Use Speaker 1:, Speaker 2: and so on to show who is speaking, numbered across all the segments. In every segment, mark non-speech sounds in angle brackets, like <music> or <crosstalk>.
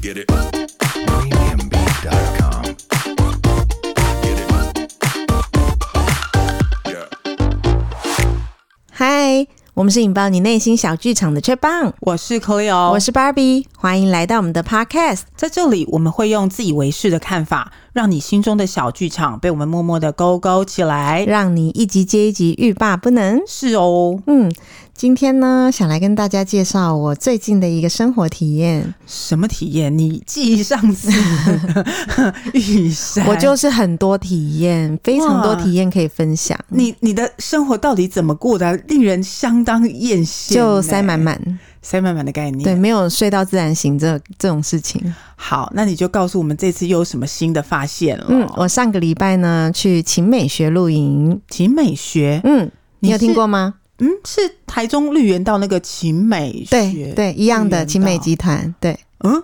Speaker 1: Get it. Premiumbeat.com. Get it. Yeah.
Speaker 2: 嗨，我们是引爆你内心小剧场的雀棒，
Speaker 3: 我是 Cleo，
Speaker 2: 我是 Barbie，欢迎来到我们的 Podcast。
Speaker 3: 在这里，我们会用自以为是的看法，让你心中的小剧场被我们默默的勾勾起来。
Speaker 2: 让你一集接一集欲罢不能。
Speaker 3: 是哦，
Speaker 2: 嗯，今天呢，想来跟大家介绍我最近的一个生活体验。
Speaker 3: 什么体验？你记忆上
Speaker 2: <laughs>
Speaker 3: 次玉山，
Speaker 2: 我就是很多体验，非常多体验可以分享，
Speaker 3: 你你的生活到底怎么过的？令人相当艳羡，
Speaker 2: 就塞满满，
Speaker 3: 塞满满的概念。
Speaker 2: 对，，没有睡到自然醒这这种事情。
Speaker 3: 好，那你就告诉我们这次又有什么新的发现了？
Speaker 2: 嗯，我上个礼拜呢去秦美学露营，
Speaker 3: 秦美学，
Speaker 2: 嗯，你有
Speaker 3: 是
Speaker 2: 听过？吗？
Speaker 3: 嗯，是台中绿园道那个秦美
Speaker 2: 对
Speaker 3: 学，，
Speaker 2: 对，一样的
Speaker 3: 园
Speaker 2: 秦美
Speaker 3: 道
Speaker 2: 集团，对。
Speaker 3: 嗯，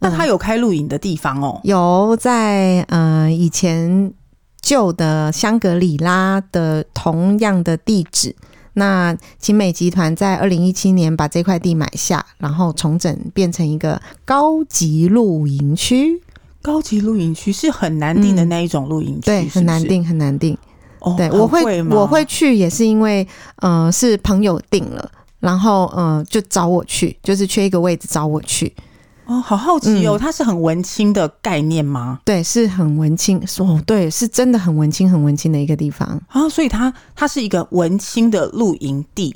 Speaker 3: 那他有开露营的地方哦。
Speaker 2: 有在呃以前旧的香格里拉的同样的地址。那秦美集团在二零一七年把这块地买下，然后重整变成一个高级露营区。
Speaker 3: 高级露营区是很难定的那一种露营区、
Speaker 2: 嗯对，
Speaker 3: 是不是
Speaker 2: 很难。定，很难定。
Speaker 3: 哦，
Speaker 2: 对，
Speaker 3: 很
Speaker 2: 我
Speaker 3: 贵
Speaker 2: 会
Speaker 3: 吗
Speaker 2: 我会去，也是因为呃是朋友定了，然后呃就找我去，就是缺一个位置找我去。
Speaker 3: 哦，好好奇哦，
Speaker 2: 嗯
Speaker 3: 它是很文青的概念吗？
Speaker 2: 对，是很文青，是哦，对，是真的很文青，很文青的一个地方。
Speaker 3: 啊，所以它它是一个文青的露营地，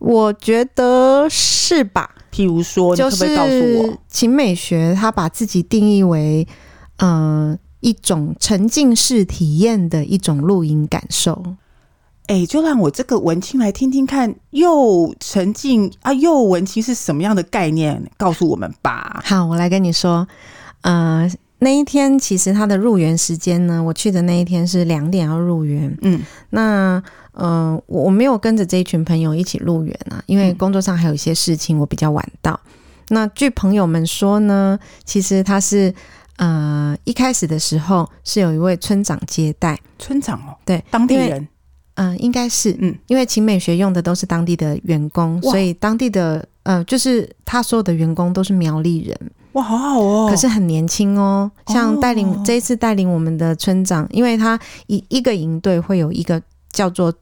Speaker 2: 我觉得是吧？
Speaker 3: 譬如说，
Speaker 2: 就
Speaker 3: 哦你可不可以告诉
Speaker 2: 是
Speaker 3: 我？
Speaker 2: 秦美学，它把自己定义为，呃，一种沉浸式体验的一种露营感受。
Speaker 3: 哎、就让我这个文青来听听看，又沉浸啊，又文青是什么样的概念？告诉我们吧。
Speaker 2: 好，我来跟你说，呃，那一天其实它的入园时间呢，我去的那一天是两点要入园。
Speaker 3: 嗯，
Speaker 2: 那，呃，我我没有跟着这一群朋友一起入园啊，因为
Speaker 3: 嗯
Speaker 2: 工作上还有一些事情，我比较晚到。那据朋友们说呢，其实他是呃一开始的时候是有一位村长接待，
Speaker 3: 村长哦，
Speaker 2: 对，
Speaker 3: 当地
Speaker 2: 因为
Speaker 3: 人，
Speaker 2: 嗯、应该是，
Speaker 3: 嗯
Speaker 2: 因为秦美学用的都是当地的员工，
Speaker 3: 哇
Speaker 2: 所以当地的呃，就是他所有的员工都是苗栗人，
Speaker 3: 哇，好好哦。
Speaker 2: 可是很年轻哦。像带领、
Speaker 3: 哦
Speaker 2: 这一次带领我们的村长，因为他一一个营队会有一个叫做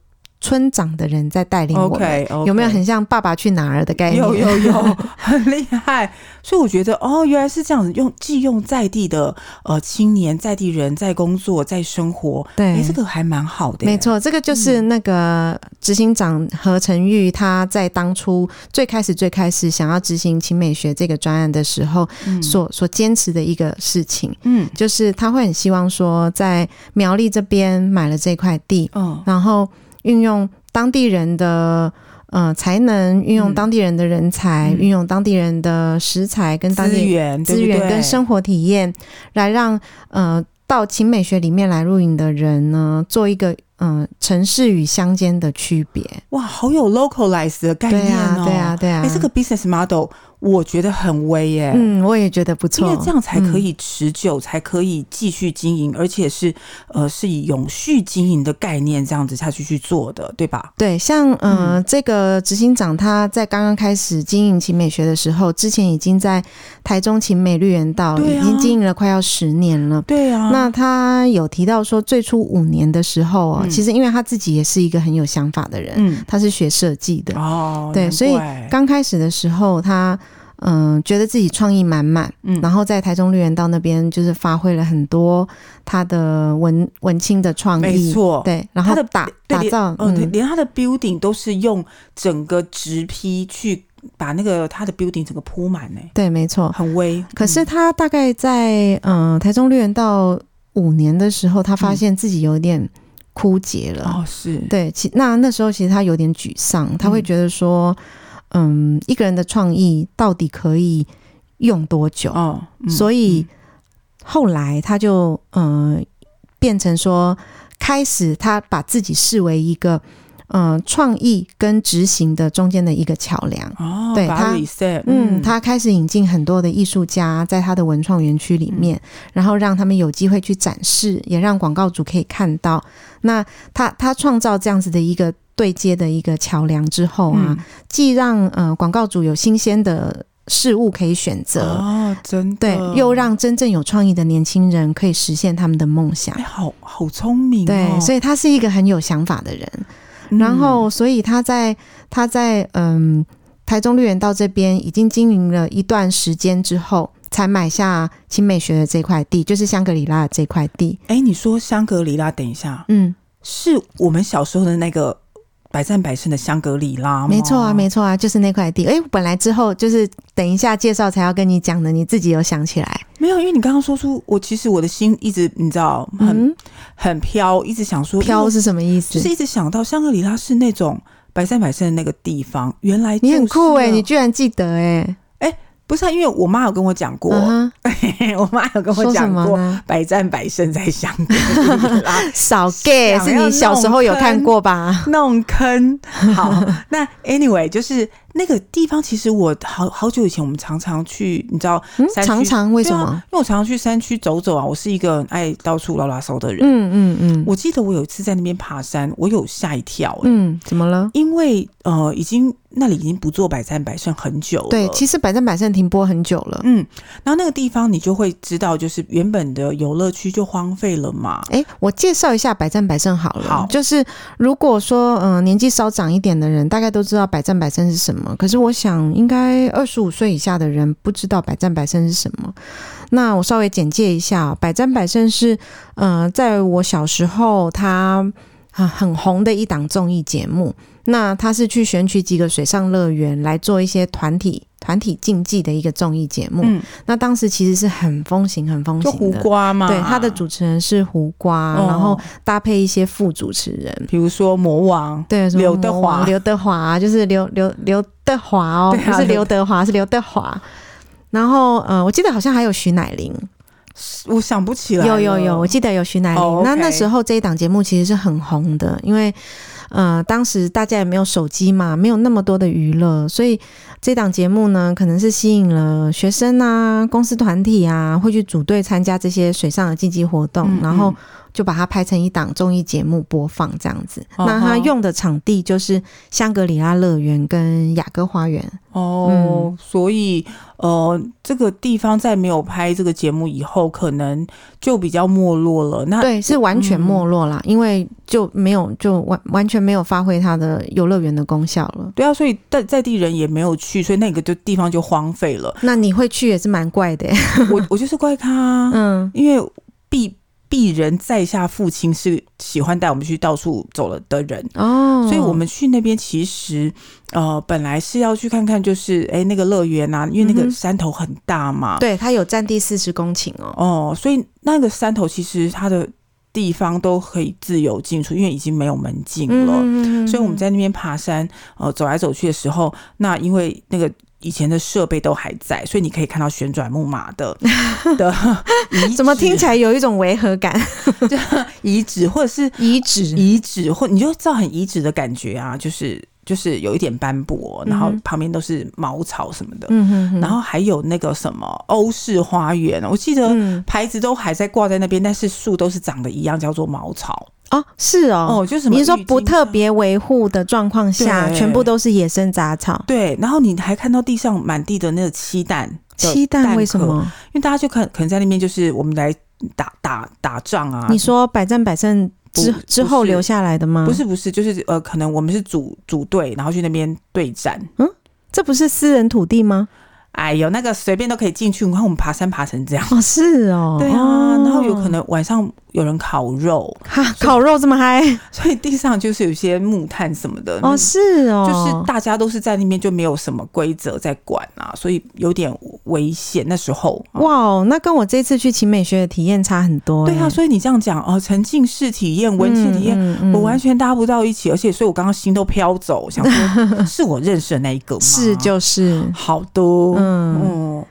Speaker 2: 村长的人在带领我们
Speaker 3: OK，, o k
Speaker 2: 有没有很像《爸爸去哪儿》的概念？
Speaker 3: 有有有， <laughs> 很厉害。所以我觉得，哦，原来是这样子，用既用在地的呃青年、在地人在工作、在生活，
Speaker 2: 对，
Speaker 3: 哎、这个啊还蛮好的。
Speaker 2: 没，错，这个就是那个执行长何成玉，他在当初最开始最开始想要执行秦美学这个专案的时候，
Speaker 3: 嗯
Speaker 2: 所所坚持的一个事情，
Speaker 3: 嗯
Speaker 2: 就是他会很希望说，在苗栗这边买了这块地，
Speaker 3: 嗯
Speaker 2: 然后运用当地人的。呃，才能运用
Speaker 3: 嗯
Speaker 2: 当地人的人才，
Speaker 3: 嗯
Speaker 2: 运、用当地人的食材跟当
Speaker 3: 资
Speaker 2: 地
Speaker 3: 源
Speaker 2: 资源跟
Speaker 3: 活
Speaker 2: 生活体验，来让呃到秦美学里面来入营的人呢，做一个嗯、呃城市与乡间的区别。
Speaker 3: 哇，好有 localize 的概
Speaker 2: 对
Speaker 3: 念
Speaker 2: 啊，
Speaker 3: 哦。
Speaker 2: 对啊，对啊。
Speaker 3: 哎、这个 business model 我觉得很威耶。
Speaker 2: 嗯，我也觉得不错，
Speaker 3: 因为这样才可
Speaker 2: 嗯。
Speaker 3: 以持久，才可以继续经营，而且是呃是以永续经营的概念这样子下去去做的，对吧？
Speaker 2: 对，像呃，
Speaker 3: 嗯
Speaker 2: 这个执行长他在刚刚开始经营秦美学的时候，之前已经在台中秦美绿园道、
Speaker 3: 对
Speaker 2: 已
Speaker 3: 啊
Speaker 2: 经经营了快要十年了。
Speaker 3: 对啊，
Speaker 2: 那他有提到说，最初五年的时候哦，
Speaker 3: 嗯
Speaker 2: 其实因为他自己也是一个很有想法的人，
Speaker 3: 嗯
Speaker 2: 他是学设计的，
Speaker 3: 哦，
Speaker 2: 对
Speaker 3: 难
Speaker 2: 所以
Speaker 3: 怪
Speaker 2: 刚开始的时候，他嗯、呃觉得自己创意满满，
Speaker 3: 嗯
Speaker 2: 然后在台中绿园道那边就是发挥了很多他的文文青的创
Speaker 3: 没
Speaker 2: 意，
Speaker 3: 错，
Speaker 2: 对，然后
Speaker 3: 他的
Speaker 2: 打
Speaker 3: 对
Speaker 2: 打造，
Speaker 3: 嗯，对，
Speaker 2: 嗯，
Speaker 3: 连它的 building 都是用整个直批去把那个它的 building 整个铺满呢，
Speaker 2: 对，没错。
Speaker 3: 很威。
Speaker 2: 哦可是他大概在嗯、呃台中绿园道五年的时候，他发现自己有点枯竭
Speaker 3: 嗯
Speaker 2: 了，
Speaker 3: 哦，是
Speaker 2: 对，其那那时候其实他有点沮丧，他会
Speaker 3: 嗯
Speaker 2: 觉得说，嗯，一个人的创意到底可以用多久？
Speaker 3: 哦，嗯
Speaker 2: 所以后来他就嗯、呃变成说，开始他把自己视为一个嗯、呃创意跟执行的中间的一个桥梁。
Speaker 3: 哦，
Speaker 2: 对
Speaker 3: 把
Speaker 2: 他
Speaker 3: reset，
Speaker 2: 嗯，他开始引进很多的艺术家，在他的文创园区里
Speaker 3: 嗯
Speaker 2: 面，然后让他们有机会去展示，也让广告主可以看到。那他他创造这样子的一个对接的一个桥梁之后啊，
Speaker 3: 嗯，
Speaker 2: 既让呃广告主有新鲜的事物可以选择，
Speaker 3: 哦，真的，
Speaker 2: 对，又让真正有创意的年轻人可以实现他们的梦想
Speaker 3: 哎，。好好聪明、哦，嗯
Speaker 2: 对，所
Speaker 3: 以、
Speaker 2: 以他是一个很有想法的人。然后，所以他在他在嗯台中绿园道这边已经经营了一段时间之后，才买下青美学的这块地，就是香格里拉的这块地。
Speaker 3: 哎、你说香格里拉，等一下，
Speaker 2: 嗯，
Speaker 3: 是我们小时候的那个百战百胜的香格里拉吗？
Speaker 2: 没错啊，没错啊，就是那块地。诶，本来之后就是等一下介绍才要跟你讲的，你自己有想起来？
Speaker 3: 没有，因为你刚刚说出我，其实我的心一直你知道很、
Speaker 2: 嗯，
Speaker 3: 很飘，一直想说哦
Speaker 2: 飘是什么意思
Speaker 3: 就是？一直想到香格里拉是那种百战百胜的那个地方，原来、
Speaker 2: 你很酷
Speaker 3: 哎、
Speaker 2: 诶，你居然记得诶。
Speaker 3: 不是、啊、因为我妈有跟我讲过，
Speaker 2: 嗯
Speaker 3: <laughs> 我妈有跟
Speaker 2: 哼，
Speaker 3: 我
Speaker 2: 说什
Speaker 3: 讲
Speaker 2: 么
Speaker 3: 过。 <laughs>
Speaker 2: 呢？
Speaker 3: 百战百胜在香格里拉 <laughs>
Speaker 2: 少 gay
Speaker 3: 想
Speaker 2: 是
Speaker 3: 要
Speaker 2: 你小时候有
Speaker 3: 弄
Speaker 2: 看
Speaker 3: 坑
Speaker 2: 过吧？
Speaker 3: 弄坑。
Speaker 2: <laughs>
Speaker 3: 好，那 anyway 就是那个地方，其实我好好久以前我们常常去，你知道，
Speaker 2: 嗯，
Speaker 3: 山区
Speaker 2: 常常为什
Speaker 3: 对啊
Speaker 2: 么？
Speaker 3: 因为我常常去山区走走啊，我是一个很爱到处拉拉手的人。
Speaker 2: 嗯嗯嗯，
Speaker 3: 我记得我有一次在那边爬山，我有吓一跳、欸
Speaker 2: 嗯，怎么了？
Speaker 3: 因为呃，已经那里已经不做百战百胜很久了。
Speaker 2: 对，其实百战百胜停播很久了。
Speaker 3: 嗯，然后那个地方你就会知道，就是原本的游乐区就荒废了嘛。
Speaker 2: 哎、我介绍一下百战百胜好了。
Speaker 3: 好
Speaker 2: 就是如果说嗯、呃年纪稍长一点的人，大概都知道百战百胜是什么。可是我想，应该二十五岁以下的人不知道百战百胜是什么。那我稍微简介一下哦，百战百胜是嗯、呃在我小时候它很很红的一档综艺节目。那它是去选取几个水上乐园来做一些团体团体竞技的一个综艺节目。
Speaker 3: 嗯，
Speaker 2: 那当时其实是很风行、很风
Speaker 3: 就
Speaker 2: 行
Speaker 3: 胡
Speaker 2: 的。
Speaker 3: 瓜嘛。
Speaker 2: 对，他的主持人是胡瓜，
Speaker 3: 哦
Speaker 2: 然后搭配一些副主持人，
Speaker 3: 比如说魔王，
Speaker 2: 对，什么
Speaker 3: 刘德华
Speaker 2: 刘德华就是刘刘刘德华哦，
Speaker 3: 对啊
Speaker 2: 不是刘德华，是刘德华。然后，呃，我记得好像还有徐乃麟，
Speaker 3: 我想不起来。
Speaker 2: 有有有，我。记得有徐乃麟。
Speaker 3: 哦
Speaker 2: 那
Speaker 3: OK
Speaker 2: 那时候这一档节目其实是很红的，因为呃，当时大家也没有手机嘛，没有那么多的娱乐，所以这档节目呢，可能是吸引了学生啊、公司团体啊，会去组队参加这些水上的竞技活动，
Speaker 3: 嗯
Speaker 2: 然后就把它拍成一档综艺节目播放这样子。
Speaker 3: 哦
Speaker 2: 那它
Speaker 3: 吼
Speaker 2: 用的场地就是香格里拉乐园跟雅戈花园。
Speaker 3: 哦，
Speaker 2: 嗯
Speaker 3: 所以呃，这个地方在没有拍这个节目以后，可能就比较没落了。那
Speaker 2: 对，是完
Speaker 3: 嗯
Speaker 2: 全没落啦，因为就没有就完完全没有发挥它的游乐园的功效了。
Speaker 3: 对啊，所以在在地人也没有去，所以那个就地方就荒废了。
Speaker 2: <laughs> 那你会去也是蛮怪的、欸，
Speaker 3: 我 <laughs> 我就是怪咖、啊，
Speaker 2: 嗯，
Speaker 3: 因为鄙鄙人在下父亲是喜欢带我们去到处走了的人，
Speaker 2: <laughs> 哦，
Speaker 3: 所以我们去那边其实呃本来是要去看看，就是哎、那个乐园啊，因为
Speaker 2: 嗯
Speaker 3: 那个
Speaker 2: 哼
Speaker 3: 山头很大嘛，
Speaker 2: 对它有占地四十公顷哦，
Speaker 3: 哦，所以那个山头其实它的地方都可以自由进出，因为已经没有门禁了。
Speaker 2: 嗯
Speaker 3: 所以我们在那边爬山，呃，走来走去的时候，那因为那个以前的设备都还在，所以你可以看到旋转木马
Speaker 2: <laughs>
Speaker 3: 的的遗
Speaker 2: 怎么
Speaker 3: 址
Speaker 2: 听起来有一种违和感？
Speaker 3: 遗址，或者是
Speaker 2: 遗址，
Speaker 3: <laughs> 遗址，或你就知道很遗址的感觉啊，就是就是有一点斑驳，然后
Speaker 2: 嗯哼
Speaker 3: 旁边都是茅草什么的，
Speaker 2: 嗯哼哼
Speaker 3: 然后还有那个什么欧式花园，我记得
Speaker 2: 嗯
Speaker 3: 牌子都还在挂在那边，但是树都是长得一样，叫做茅草
Speaker 2: 哦是哦，
Speaker 3: 哦，就是什么
Speaker 2: 你说
Speaker 3: 郁金
Speaker 2: 不特
Speaker 3: 香
Speaker 2: 别维护的状况下，
Speaker 3: 对
Speaker 2: 全部都是野生杂草，
Speaker 3: 对，然后你还看到地上满地的那个鸡蛋，
Speaker 2: 鸡蛋为什？么？
Speaker 3: 因为大家就可可能在那边就是我们来打打打仗啊，
Speaker 2: 你说嗯百战百胜之
Speaker 3: 不不
Speaker 2: 之后
Speaker 3: 是
Speaker 2: 留下来的吗？
Speaker 3: 不，是不是，就是呃，可能我们是组组队，然后去那边对战。
Speaker 2: 这不是私人土地吗？
Speaker 3: 哎呦，那个随便都可以进去，你看我们爬山爬成这样。
Speaker 2: 哦，是哦，
Speaker 3: <laughs> 对啊，
Speaker 2: 哦
Speaker 3: 然后有可能晚上有人烤肉， <laughs>
Speaker 2: 哈烤肉这么嗨
Speaker 3: 所以地上就是有一些木炭什么的。
Speaker 2: 哦，是哦，
Speaker 3: 嗯就是大家都是在那边就没有什么规则在管啊，所以有点危险。那时候，
Speaker 2: 哇哦，那跟我这次去秦美学的体验差很多、
Speaker 3: 对啊，
Speaker 2: 以
Speaker 3: 所以你这样讲哦，沉浸式体验、文青体
Speaker 2: 嗯
Speaker 3: 验，
Speaker 2: 嗯嗯
Speaker 3: 我完全搭不到一起，而且所以我刚刚心都飘走，想
Speaker 2: <laughs>
Speaker 3: 说是我认识的那一个吗？
Speaker 2: 是就是，
Speaker 3: 好的，
Speaker 2: 嗯，
Speaker 3: 啊嗯。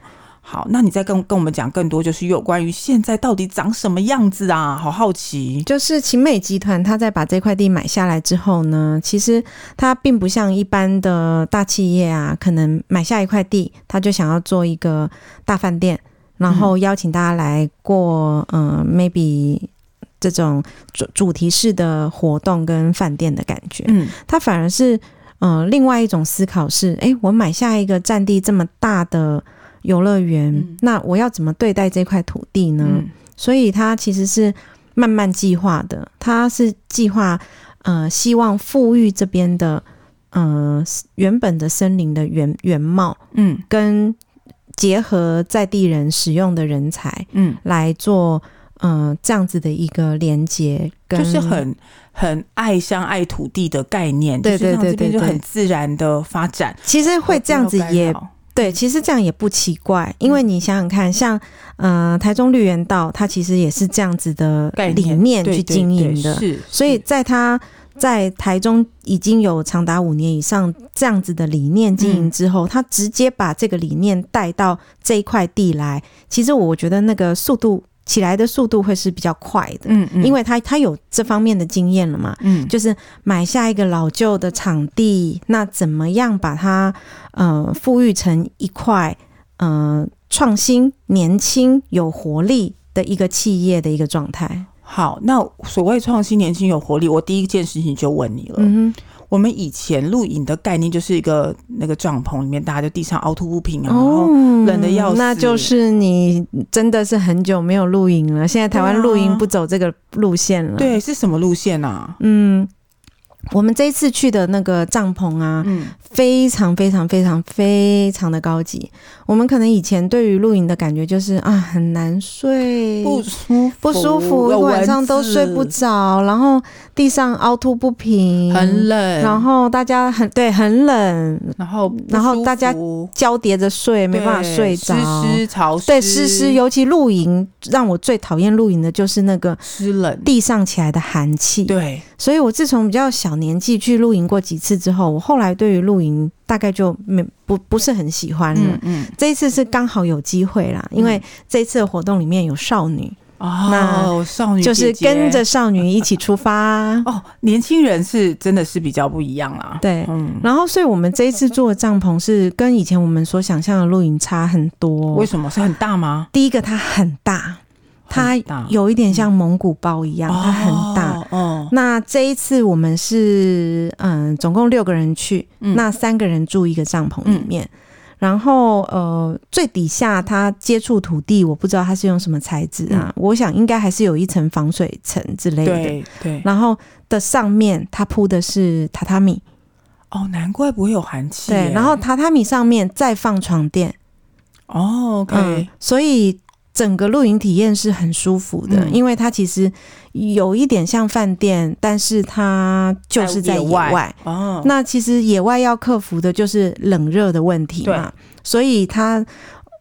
Speaker 3: 好，那你再跟跟我们讲更多，就是有关于现在到底长什么样子啊？好好奇，
Speaker 2: 就是秦美集团，它在把这块地买下来之后呢，其实它并不像一般的大企业啊，可能买下一块地，他就想要做一个大饭店，然后邀请大家来过，嗯、m a y b e 呃这种主主题式的活动跟饭店的感觉，
Speaker 3: 嗯，
Speaker 2: 它反而是呃另外一种思考是，诶，我买下一个占地这么大的游乐园，
Speaker 3: 嗯
Speaker 2: 那我要怎么对待这块土地呢？
Speaker 3: 嗯
Speaker 2: 所以它其实是慢慢计划的，它是计划呃希望富裕这边的呃原本的森林的原原貌，
Speaker 3: 嗯
Speaker 2: 跟结合在地人使用的人才
Speaker 3: 嗯，
Speaker 2: 来做。呃，这样子的一个连接，跟
Speaker 3: 就是很很爱乡爱土地的概念，
Speaker 2: 对
Speaker 3: 就是让
Speaker 2: 对
Speaker 3: 这边
Speaker 2: 对
Speaker 3: 就
Speaker 2: 对
Speaker 3: 很自然的发展，
Speaker 2: 其实会这样子
Speaker 3: 不
Speaker 2: 也
Speaker 3: 用干扰
Speaker 2: 对，其实这样也不奇怪，因
Speaker 3: 嗯
Speaker 2: 为你想想看，像呃台中绿园道，它其实也是这样子的
Speaker 3: 概
Speaker 2: 理念去经营的，
Speaker 3: 对对对是，
Speaker 2: 所以在它在台中已经有长达五年以上这样子的理念经
Speaker 3: 嗯
Speaker 2: 营之后，它直接把这个理念带到这一块地来，其实我觉得那个速度起来的速度会是比较快的，
Speaker 3: 嗯嗯，
Speaker 2: 因为它它有这方面的经验了嘛，
Speaker 3: 嗯
Speaker 2: 就是买下一个老旧的场地，那怎么样把它呃富裕成一块呃创新、年轻、有活力的一个企业的一个状态？
Speaker 3: 好，那所谓创新、年轻、有活力，我第一件事情就问你了。
Speaker 2: 嗯哼，
Speaker 3: 我们以前露营的概念就是一个那个帐篷里面，大家就地上凹凸不平啊，然后
Speaker 2: 哦
Speaker 3: 冷得要死
Speaker 2: 那就是你真的是很久没有露营了。现在台湾
Speaker 3: 对啊
Speaker 2: 露营不走这个路线了。，
Speaker 3: 对是什么路线啊？
Speaker 2: 嗯。我们这一次去的那个帐篷啊，
Speaker 3: 嗯
Speaker 2: 非常非常非常非常的高级。我们可能以前对于露营的感觉就是啊，很难睡，
Speaker 3: 嗯不舒服，
Speaker 2: 嗯不舒服，
Speaker 3: 有蚊
Speaker 2: 晚上都
Speaker 3: 子
Speaker 2: 睡不，着，然后地上凹凸不平，
Speaker 3: 很冷，
Speaker 2: 然后大家很对很冷，
Speaker 3: 然后不
Speaker 2: 然后
Speaker 3: 舒
Speaker 2: 大家
Speaker 3: 服
Speaker 2: 交叠着睡，没办法
Speaker 3: 对
Speaker 2: 睡着。
Speaker 3: 湿湿潮湿，
Speaker 2: 对湿湿，尤其露营，让我最讨厌露营的就是那个
Speaker 3: 湿冷，
Speaker 2: 地上起来的寒气。
Speaker 3: 对，
Speaker 2: 所以我自从比较小年纪去露营过几次之后，我后来对于露营大概就没不不是很喜欢了。
Speaker 3: 嗯嗯，
Speaker 2: 这一次是刚好有机会啦，因为
Speaker 3: 嗯
Speaker 2: 这一次的活动里面有少女，
Speaker 3: 哦，少女
Speaker 2: 就是
Speaker 3: 姐姐
Speaker 2: 跟着少女一起出发。
Speaker 3: <laughs> 哦，年轻人是真的是比较不一样啦，
Speaker 2: 对，
Speaker 3: 嗯，
Speaker 2: 然后所以我们这一次住的帐篷是跟以前我们所想象的露营差很多
Speaker 3: 为。什么是很大吗？
Speaker 2: 第一个它很大，它
Speaker 3: 很大
Speaker 2: 有一点像蒙古包一样，它很大。
Speaker 3: 哦哦，
Speaker 2: 那这一次我们是嗯，总共六个人去，
Speaker 3: 嗯
Speaker 2: 那三个人住一个帐篷里面。然后呃，最底下它接触土地，我不知道它是用什么材质啊，我想应该还是有一层防水层之类的。
Speaker 3: 嗯对对，
Speaker 2: 然后的上面它铺的是榻榻米，
Speaker 3: 哦，难怪不会有寒气耶。
Speaker 2: 对，然后榻榻米上面再放床垫，
Speaker 3: 哦
Speaker 2: 嗯
Speaker 3: ，OK，，
Speaker 2: 所以整个露营体验是很舒服的，
Speaker 3: 嗯
Speaker 2: 因为它其实有一点像饭店，但是它就是在野
Speaker 3: 野
Speaker 2: 外。
Speaker 3: 外哦，
Speaker 2: 嗯那其实野外要克服的就是冷热的问题嘛，所以它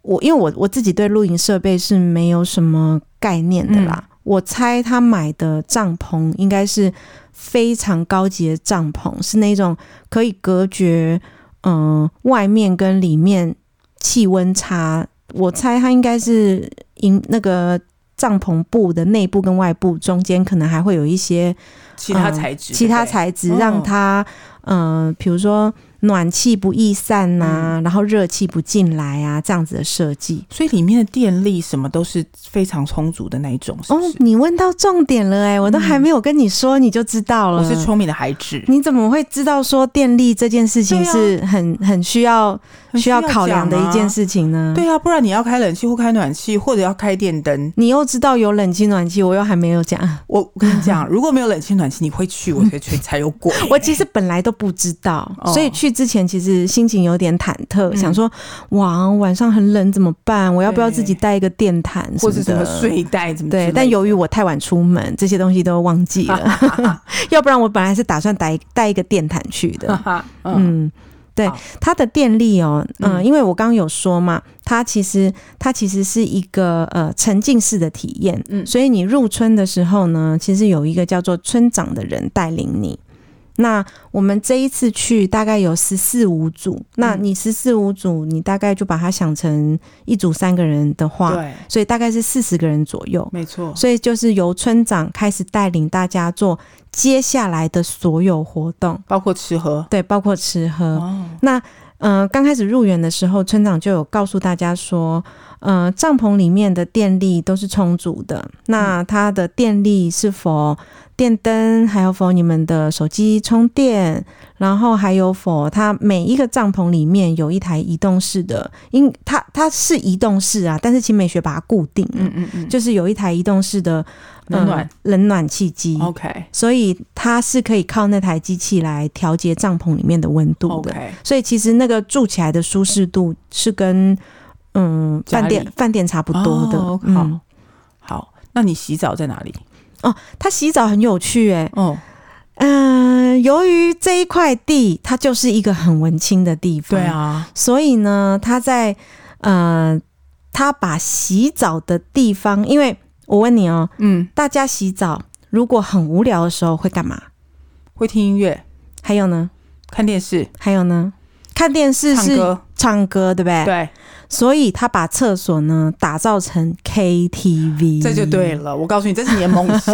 Speaker 2: 我因为我我自己对露营设备是没有什么概念的啦，我猜他买的帐篷应该是非常高级的帐篷，是那种可以隔绝嗯、呃外面跟里面气温差，我猜它应该是营那个。帐篷布的内部跟外部中间可能还会有一些
Speaker 3: 其他材质，
Speaker 2: 嗯其他
Speaker 3: 对不对
Speaker 2: 材质
Speaker 3: 哦
Speaker 2: 让它，呃，比如说暖气不易散呐、
Speaker 3: 嗯
Speaker 2: 然后热气不进来啊，这样子的设计。
Speaker 3: 所以里面的电力什么都是非常充足的那一种，是
Speaker 2: 哦
Speaker 3: 不是，？嗯
Speaker 2: 你问到重点了哎、我都还没有跟你说，你就知道了。嗯
Speaker 3: 我是聪明的孩子，
Speaker 2: 你怎么会知道说电力这件事情
Speaker 3: 对啊
Speaker 2: 是很很需要
Speaker 3: 很
Speaker 2: 需要考量的
Speaker 3: 讲啊
Speaker 2: 一件。事情呢？
Speaker 3: 对啊，不然你要开冷气或开暖气，或者要开电灯。
Speaker 2: 你又知道有冷气暖气，我又还没有讲。
Speaker 3: 我我跟你
Speaker 2: <laughs>
Speaker 3: 讲，如果没有冷气暖气，你会去，我才吹才有鬼。
Speaker 2: 我其实本来都不知道，
Speaker 3: 哦
Speaker 2: 所以去之前其实心情有点忐忑，
Speaker 3: 嗯
Speaker 2: 想说哇晚上很冷怎么办？我要不要自己带一个电毯什
Speaker 3: 或
Speaker 2: 么
Speaker 3: 者
Speaker 2: 的
Speaker 3: 什么睡袋怎么之类
Speaker 2: 对，
Speaker 3: 的
Speaker 2: 但
Speaker 3: <laughs>
Speaker 2: 由于我太晚出门，这些东西都忘记了， <laughs> 要不然我本来是打算带带一个电毯去
Speaker 3: 哈
Speaker 2: 的。
Speaker 3: 哈嗯
Speaker 2: 嗯，对
Speaker 3: 好，
Speaker 2: 它的电力哦，嗯、
Speaker 3: 嗯
Speaker 2: 因为我刚刚有说嘛，它其实它其实是一个呃沉浸式的体验，
Speaker 3: 嗯
Speaker 2: 所以你入村的时候呢，其实有一个叫做村长的人带领你。那我们这一次去大概有十四五组，那
Speaker 3: 嗯
Speaker 2: 你十四五组，你大概就把它想成一组三个人的话，
Speaker 3: 对，嗯
Speaker 2: 所以大概是四十个人左右。
Speaker 3: 没错，
Speaker 2: 所以就是由村长开始带领大家做接下来的所有活动，
Speaker 3: 包括吃喝
Speaker 2: 对，包括吃喝。
Speaker 3: 哦，
Speaker 2: 那嗯、刚开始入园的时候，村长就有告诉大家说，呃，帐篷里面的电力都是充足的。
Speaker 3: 嗯
Speaker 2: 那它的电力是否电灯，还有否你们的手机充电，然后还有否它每一个帐篷里面有一台移动式的，因它它是移动式啊，但是秦美学把它固定了，
Speaker 3: 嗯嗯嗯，
Speaker 2: 就是有一台移动式的、呃
Speaker 3: 冷暖哦
Speaker 2: 冷暖气机。
Speaker 3: OK
Speaker 2: 所以它是可以靠那台机器来调节帐篷里面的温度的。
Speaker 3: OK，
Speaker 2: 所以其实那个住起来的舒适度是跟嗯
Speaker 3: 家里哦
Speaker 2: 饭店饭店差不
Speaker 3: 不
Speaker 2: 多的。
Speaker 3: 好
Speaker 2: 嗯，
Speaker 3: 好，那你洗澡在哪里？
Speaker 2: 它洗澡很有趣哎、
Speaker 3: 哦，
Speaker 2: 嗯、由于这一块地它就是一个很文青的地方，
Speaker 3: 对，啊，
Speaker 2: 所以呢，它在呃，它把洗澡的地方，因为我问你哦、
Speaker 3: 嗯，
Speaker 2: 大家洗澡如果很无聊的时候会干嘛？
Speaker 3: 会听音乐、
Speaker 2: 还有呢？
Speaker 3: 看电视、
Speaker 2: 还有呢？看电视
Speaker 3: 唱
Speaker 2: 是
Speaker 3: 歌，
Speaker 2: 唱歌，对不对？
Speaker 3: 对，
Speaker 2: 所以他把厕所呢打造成 KTV，
Speaker 3: 这就对。
Speaker 2: 嗯
Speaker 3: 了。我告诉你，这是你的梦想。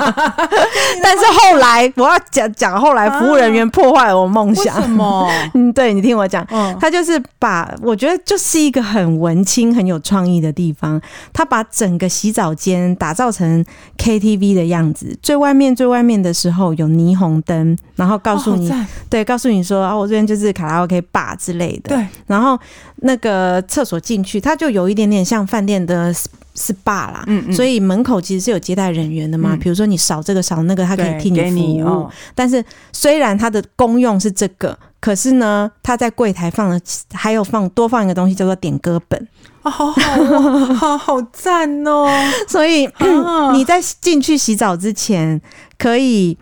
Speaker 2: 但是后来我要讲讲后来服务人员破坏了我 <laughs> 梦
Speaker 3: 啊为
Speaker 2: 想。哦 <laughs>
Speaker 3: 什么？
Speaker 2: 嗯，对你听我讲，
Speaker 3: 嗯，
Speaker 2: 他就是把我觉得就是一个很文青、很有创意的地方。他把整个洗澡间打造成 KTV 的样子，最外面最外面的时候有霓虹灯，然后告诉
Speaker 3: 哦好
Speaker 2: 你，
Speaker 3: 赞
Speaker 2: 对，告诉你说啊，我这边就是卡拉 OK 吧之类的。
Speaker 3: 对，
Speaker 2: 然后那个厕所进去，它就有一点点像饭店的 s- SPA 啦。
Speaker 3: 嗯嗯，
Speaker 2: 所
Speaker 3: 以
Speaker 2: 以门口其实是有接待人员的嘛，
Speaker 3: 嗯
Speaker 2: 比如说你扫这个扫那个，他可以替
Speaker 3: 给
Speaker 2: 服
Speaker 3: 你
Speaker 2: 务。
Speaker 3: 哦，
Speaker 2: 但是虽然它的功用是这个，可是呢，它在柜台放了，还有放多放一个东西叫做点歌本， <laughs>
Speaker 3: 啊，好好哦，好好赞哦。
Speaker 2: 所以、
Speaker 3: 啊
Speaker 2: 嗯你在进去洗澡之前，可以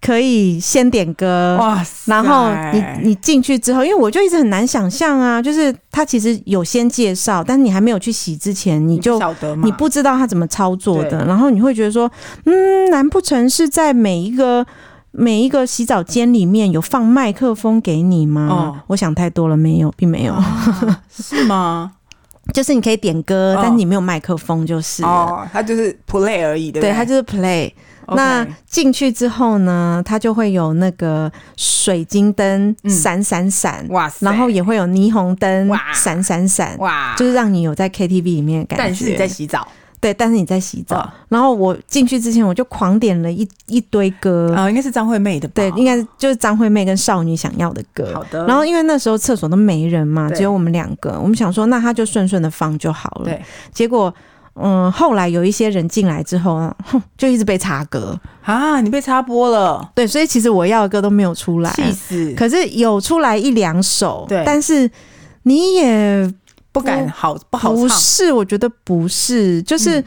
Speaker 2: 可以先点歌，
Speaker 3: 哇塞，
Speaker 2: 然后你你进去之后，因为我就一直很难想象啊，就是他其实有先介绍，但你还没有去洗之前，你
Speaker 3: 你
Speaker 2: 就
Speaker 3: 不晓得嘛
Speaker 2: 你不知道他怎么操作的，
Speaker 3: 对
Speaker 2: 然后你会觉得说，嗯，难不成是在每一个每一个洗澡间里面有放麦克风给你吗？
Speaker 3: 哦
Speaker 2: 我想太多了，没有，并没有，
Speaker 3: 啊是吗？
Speaker 2: 就是你可以点歌，
Speaker 3: 哦
Speaker 2: 但你没有麦克风 <laughs> 就是了。
Speaker 3: 哦，他就是 play 而已，对不
Speaker 2: 对，
Speaker 3: 对？
Speaker 2: 它就是 play。
Speaker 3: OK
Speaker 2: 那进去之后呢，它就会有那个水晶灯
Speaker 3: 嗯
Speaker 2: 闪闪闪，
Speaker 3: 哇塞，
Speaker 2: 然后也会有霓虹灯
Speaker 3: 哇
Speaker 2: 闪闪闪，
Speaker 3: 哇，
Speaker 2: 就是让你有在 KTV 里面的感觉。
Speaker 3: 但是你在洗澡
Speaker 2: 对，但是你在洗澡。
Speaker 3: 啊，
Speaker 2: 然后我进去之前，我就狂点了一一堆歌，
Speaker 3: 啊应该是张惠妹的吧？
Speaker 2: 对，应该是就是张惠妹跟少女想要的歌。
Speaker 3: 好的。
Speaker 2: 然后因为那时候厕所都没人嘛，
Speaker 3: 对
Speaker 2: 只有我们两个，我们想说那他就顺顺的放就好了。
Speaker 3: 对，
Speaker 2: 结果嗯，后来有一些人进来之后啊，哼，就一直被插歌。
Speaker 3: 啊，你被插播了，
Speaker 2: 对，所以其实我要的歌都没有出来啊，
Speaker 3: 气死！
Speaker 2: 可是有出来一两首，
Speaker 3: 对
Speaker 2: 但是你也
Speaker 3: 不敢好不好
Speaker 2: 不
Speaker 3: 唱，
Speaker 2: 是，我觉得不是，就是
Speaker 3: 嗯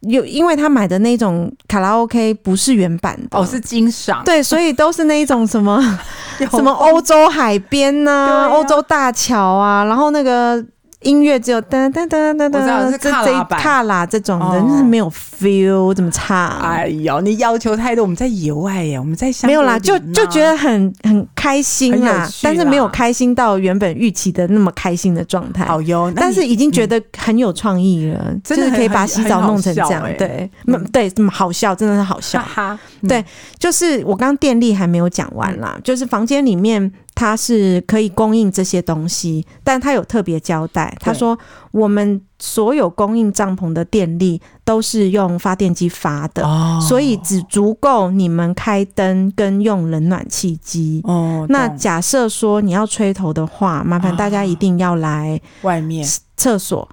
Speaker 2: 有、因为他买的那种卡拉 OK 不是原版的
Speaker 3: 哦，是欣赏，
Speaker 2: 对，所以都是那一种什么
Speaker 3: <laughs> 有
Speaker 2: 什么欧洲海边呐、
Speaker 3: 对啊
Speaker 2: 欧、洲大桥啊，然后那个音乐只有噔噔噔噔
Speaker 3: 我知道
Speaker 2: 噔，
Speaker 3: 是
Speaker 2: 这
Speaker 3: 卡
Speaker 2: 这
Speaker 3: 拉版
Speaker 2: 卡拉这种的，
Speaker 3: 哦
Speaker 2: 就是没有 feel，怎么唱？
Speaker 3: 哎呦，你要求太多，我们在野外耶，我们在乡
Speaker 2: 没有啦，
Speaker 3: 野里
Speaker 2: 就
Speaker 3: 呢
Speaker 2: 就觉得很很开心
Speaker 3: 很
Speaker 2: 啦
Speaker 3: 有，趣啦
Speaker 2: 但是没有开心到原本预期的那么开心的状态。
Speaker 3: 好哟，那
Speaker 2: 但
Speaker 3: 你嗯
Speaker 2: 是已经觉得很有创意了，就
Speaker 3: 真的
Speaker 2: 是
Speaker 3: 很
Speaker 2: 可以把洗澡弄成这样，
Speaker 3: 很很好笑欸啊
Speaker 2: 对，
Speaker 3: 嗯
Speaker 2: 嗯，对，嗯好笑，真的是好笑
Speaker 3: 哈。哈，
Speaker 2: 对就是我刚电力还没有讲完啦，就是房间里面它是可以供应这些东西，但它有特别交代，他说我们所有供应帐篷的电力都是用发电机发的，
Speaker 3: 哦
Speaker 2: 所以只足够你们开灯跟用冷暖气机。
Speaker 3: 哦，
Speaker 2: 那
Speaker 3: 懂啊
Speaker 2: 假设说你要吹头的话，麻烦大家一定要来
Speaker 3: 外面
Speaker 2: 厕所，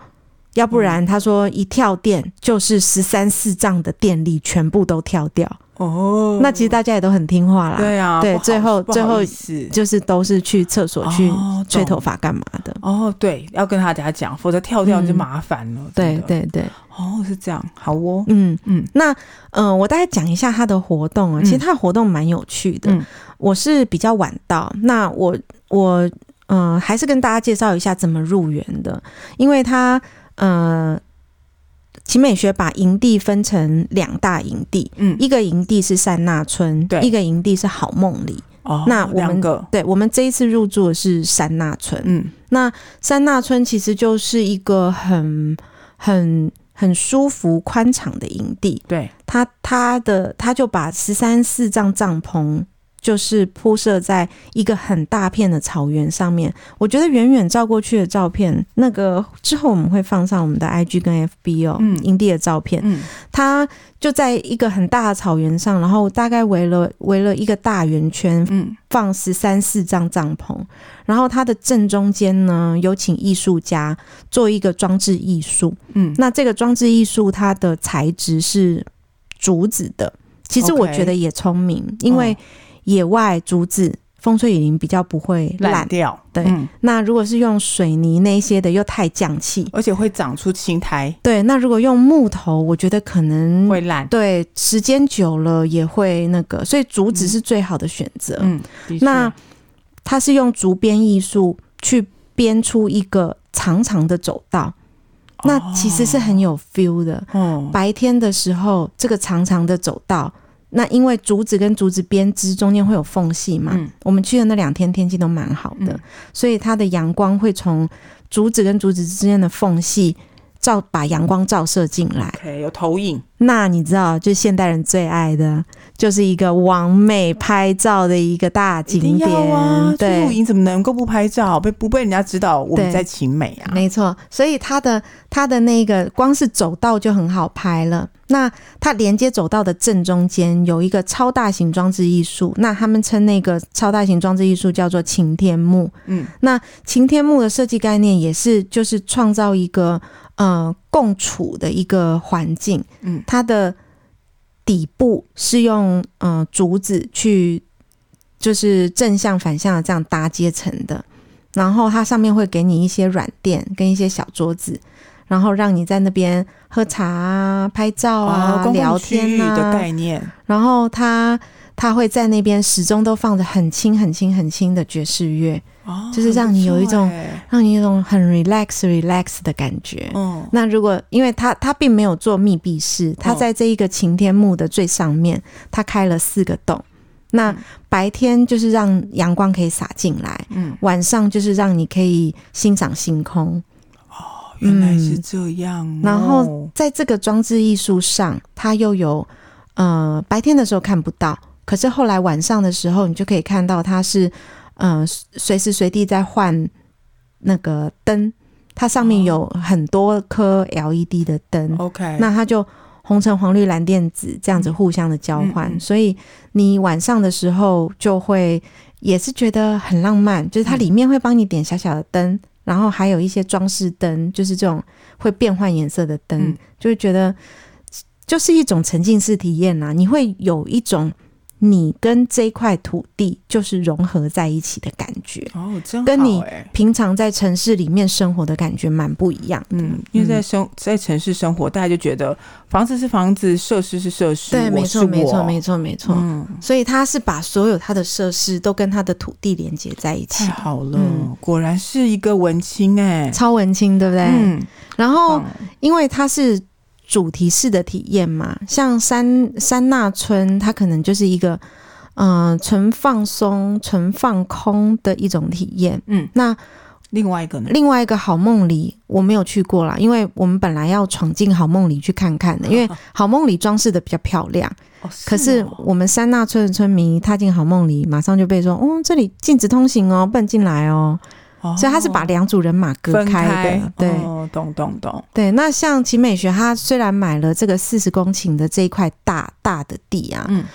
Speaker 2: 要不
Speaker 3: 嗯
Speaker 2: 然他说一跳电就是十三四丈的电力全部都跳掉。
Speaker 3: 哦，
Speaker 2: 那其实大家也都很听话啦，
Speaker 3: 对啊，
Speaker 2: 对
Speaker 3: 不好
Speaker 2: 最后
Speaker 3: 不好
Speaker 2: 最后
Speaker 3: 意思
Speaker 2: 就是都是去厕所去
Speaker 3: 哦
Speaker 2: 吹
Speaker 3: 懂
Speaker 2: 头发干嘛的。
Speaker 3: 哦，对，要跟大家讲，否则跳掉就
Speaker 2: 嗯
Speaker 3: 麻烦了。
Speaker 2: 对
Speaker 3: 真的，
Speaker 2: 对对，
Speaker 3: 哦，是这样，好哦，
Speaker 2: 嗯
Speaker 3: 嗯
Speaker 2: 那嗯、呃我大概讲一下他的活动啊，
Speaker 3: 嗯
Speaker 2: 其实他的活动蛮有趣的。
Speaker 3: 嗯
Speaker 2: 我是比较晚到，那我我嗯、呃还是跟大家介绍一下怎么入园的，因为他呃，秦美学把营地分成两大营地，
Speaker 3: 嗯，
Speaker 2: 一个营地是善纳村，
Speaker 3: 对
Speaker 2: 一个营地是好梦里。
Speaker 3: 哦，
Speaker 2: 那我
Speaker 3: 两
Speaker 2: 们
Speaker 3: 个，
Speaker 2: 对我们这一次入住的是山纳村，
Speaker 3: 嗯，
Speaker 2: 那山纳村其实就是一个很很很舒服宽敞的营地，
Speaker 3: 对，
Speaker 2: 它它的它就把十三四张帐篷就是铺设在一个很大片的草原上面。我觉得远远照过去的照片，那个之后我们会放上我们的 IG 跟 FB 哦，
Speaker 3: 嗯
Speaker 2: 营地的照片，
Speaker 3: 嗯，
Speaker 2: 它就在一个很大的草原上，然后大概围了围了一个大圆圈，
Speaker 3: 嗯
Speaker 2: 放十三四张帐篷，然后它的正中间呢，有请艺术家做一个装置艺术。
Speaker 3: 嗯，
Speaker 2: 那这个装置艺术它的材质是竹子的，其实
Speaker 3: OK
Speaker 2: 我觉得也聪明因为野外竹子风吹雨淋比较不会烂
Speaker 3: 烂。掉，
Speaker 2: 对
Speaker 3: 嗯
Speaker 2: 那如果是用水泥那一些的，又太降气。
Speaker 3: 而且会长出青苔，
Speaker 2: 对，那如果用木头，我觉得可能
Speaker 3: 会烂。
Speaker 2: 对，时间久了也会那个，所以竹子是最好的选择。
Speaker 3: 嗯，的确
Speaker 2: 那它是用竹编艺术去编出一个长长的走道，那其实是很有 feel 的。
Speaker 3: 哦，
Speaker 2: 白天的时候，这个长长的走道，那因为竹子跟竹子编织中间会有缝隙嘛，
Speaker 3: 嗯
Speaker 2: 我们去的那两天天气都蛮好的，
Speaker 3: 嗯
Speaker 2: 所以它的阳光会从竹子跟竹子之间的缝隙照把阳光照射进来。
Speaker 3: ，OK，有投影，
Speaker 2: 那你知道，就现代人最爱的，就是一个完美拍照的一个大
Speaker 3: 一
Speaker 2: 景
Speaker 3: 定
Speaker 2: 点，
Speaker 3: 要啊！去露
Speaker 2: 对。
Speaker 3: 营怎么能够不拍照？被不被人家知道我们在晴美啊？
Speaker 2: 没错，所以它的它的那个光是走道就很好拍了。那它连接走道的正中间有一个超大型装置艺术，那他们称那个超大型装置艺术叫做擎天幕。
Speaker 3: 嗯，
Speaker 2: 擎天幕的设计概念也是就是创造一个呃共处的一个环境，
Speaker 3: 嗯，
Speaker 2: 它的底部是用呃竹子去就是正向反向的这样搭接成的，然后它上面会给你一些软垫跟一些小桌子。然后让你在那边喝茶啊、拍照啊、
Speaker 3: 哦公
Speaker 2: 聊
Speaker 3: 共区域
Speaker 2: 天啊
Speaker 3: 的概念，
Speaker 2: 然后他他会在那边始终都放着很轻、很轻、很轻的爵士乐，
Speaker 3: 哦，
Speaker 2: 就是让你有一种
Speaker 3: 很不错欸
Speaker 2: 让你有一种很 relax、relax 的感觉。
Speaker 3: 嗯，
Speaker 2: 那如果因为他他并没有做密闭式，他在这一个擎天幕的最上面，他开了四个洞。那
Speaker 3: 嗯
Speaker 2: 白天就是让阳光可以洒进来，
Speaker 3: 嗯，
Speaker 2: 晚上就是让你可以欣赏星空。
Speaker 3: 哦原来是这样哦。
Speaker 2: 嗯然后在这个装置艺术上，它又有呃白天的时候看不到，可是后来晚上的时候，你就可以看到它是呃随时随地在换那个灯，它上面有很多颗 LED 的灯，
Speaker 3: OK，
Speaker 2: 那它就。红橙黄绿蓝靛紫这样子互相的交换，
Speaker 3: 嗯嗯嗯
Speaker 2: 所以你晚上的时候就会也是觉得很浪漫，就是它里面会帮你点小小的灯，然后还有一些装饰灯，就是这种会变换颜色的灯，
Speaker 3: 嗯
Speaker 2: 就会觉得就是一种沉浸式体验啦、啊你会有一种你跟这块土地就是融合在一起的感觉，
Speaker 3: 哦，真
Speaker 2: 跟你
Speaker 3: 好欸
Speaker 2: 平常在城市里面生活的感觉蛮不一样。
Speaker 3: 嗯，因为在生在城市生活，大家就觉得房子是房子，设施是设施，
Speaker 2: 对，
Speaker 3: 我
Speaker 2: 没错，
Speaker 3: 是
Speaker 2: 没错，
Speaker 3: 我
Speaker 2: 没错，没错。
Speaker 3: 嗯，
Speaker 2: 所以它是把所有它的设施都跟它的土地连接在一
Speaker 3: 太
Speaker 2: 起，
Speaker 3: 好了，
Speaker 2: 嗯
Speaker 3: 果然是一个文青哎、
Speaker 2: 超欸哦文青，对不对？
Speaker 3: 嗯，
Speaker 2: 然后
Speaker 3: 棒
Speaker 2: 因为它是主题式的体验嘛，像山山那村，它可能就是一个嗯、呃纯放松、纯放空的一种体验。
Speaker 3: 嗯，
Speaker 2: 那
Speaker 3: 另外一个呢？
Speaker 2: 另外一个好梦里我没有去过啦，因为我们本来要闯进好梦里去看看的，因为好梦里装饰的比较漂亮。
Speaker 3: 哦
Speaker 2: 可是
Speaker 3: 哦
Speaker 2: 我们山那村的村民一踏进好梦里，马上就被说，哦，这里禁止通行哦，不能进来哦。
Speaker 3: 哦
Speaker 2: 所以他是把两组人马隔
Speaker 3: 分
Speaker 2: 开的，对。
Speaker 3: 哦，懂懂懂，
Speaker 2: 对，那像秦美学，他虽然买了这个四十公顷的这一块大大的地啊，
Speaker 3: 嗯，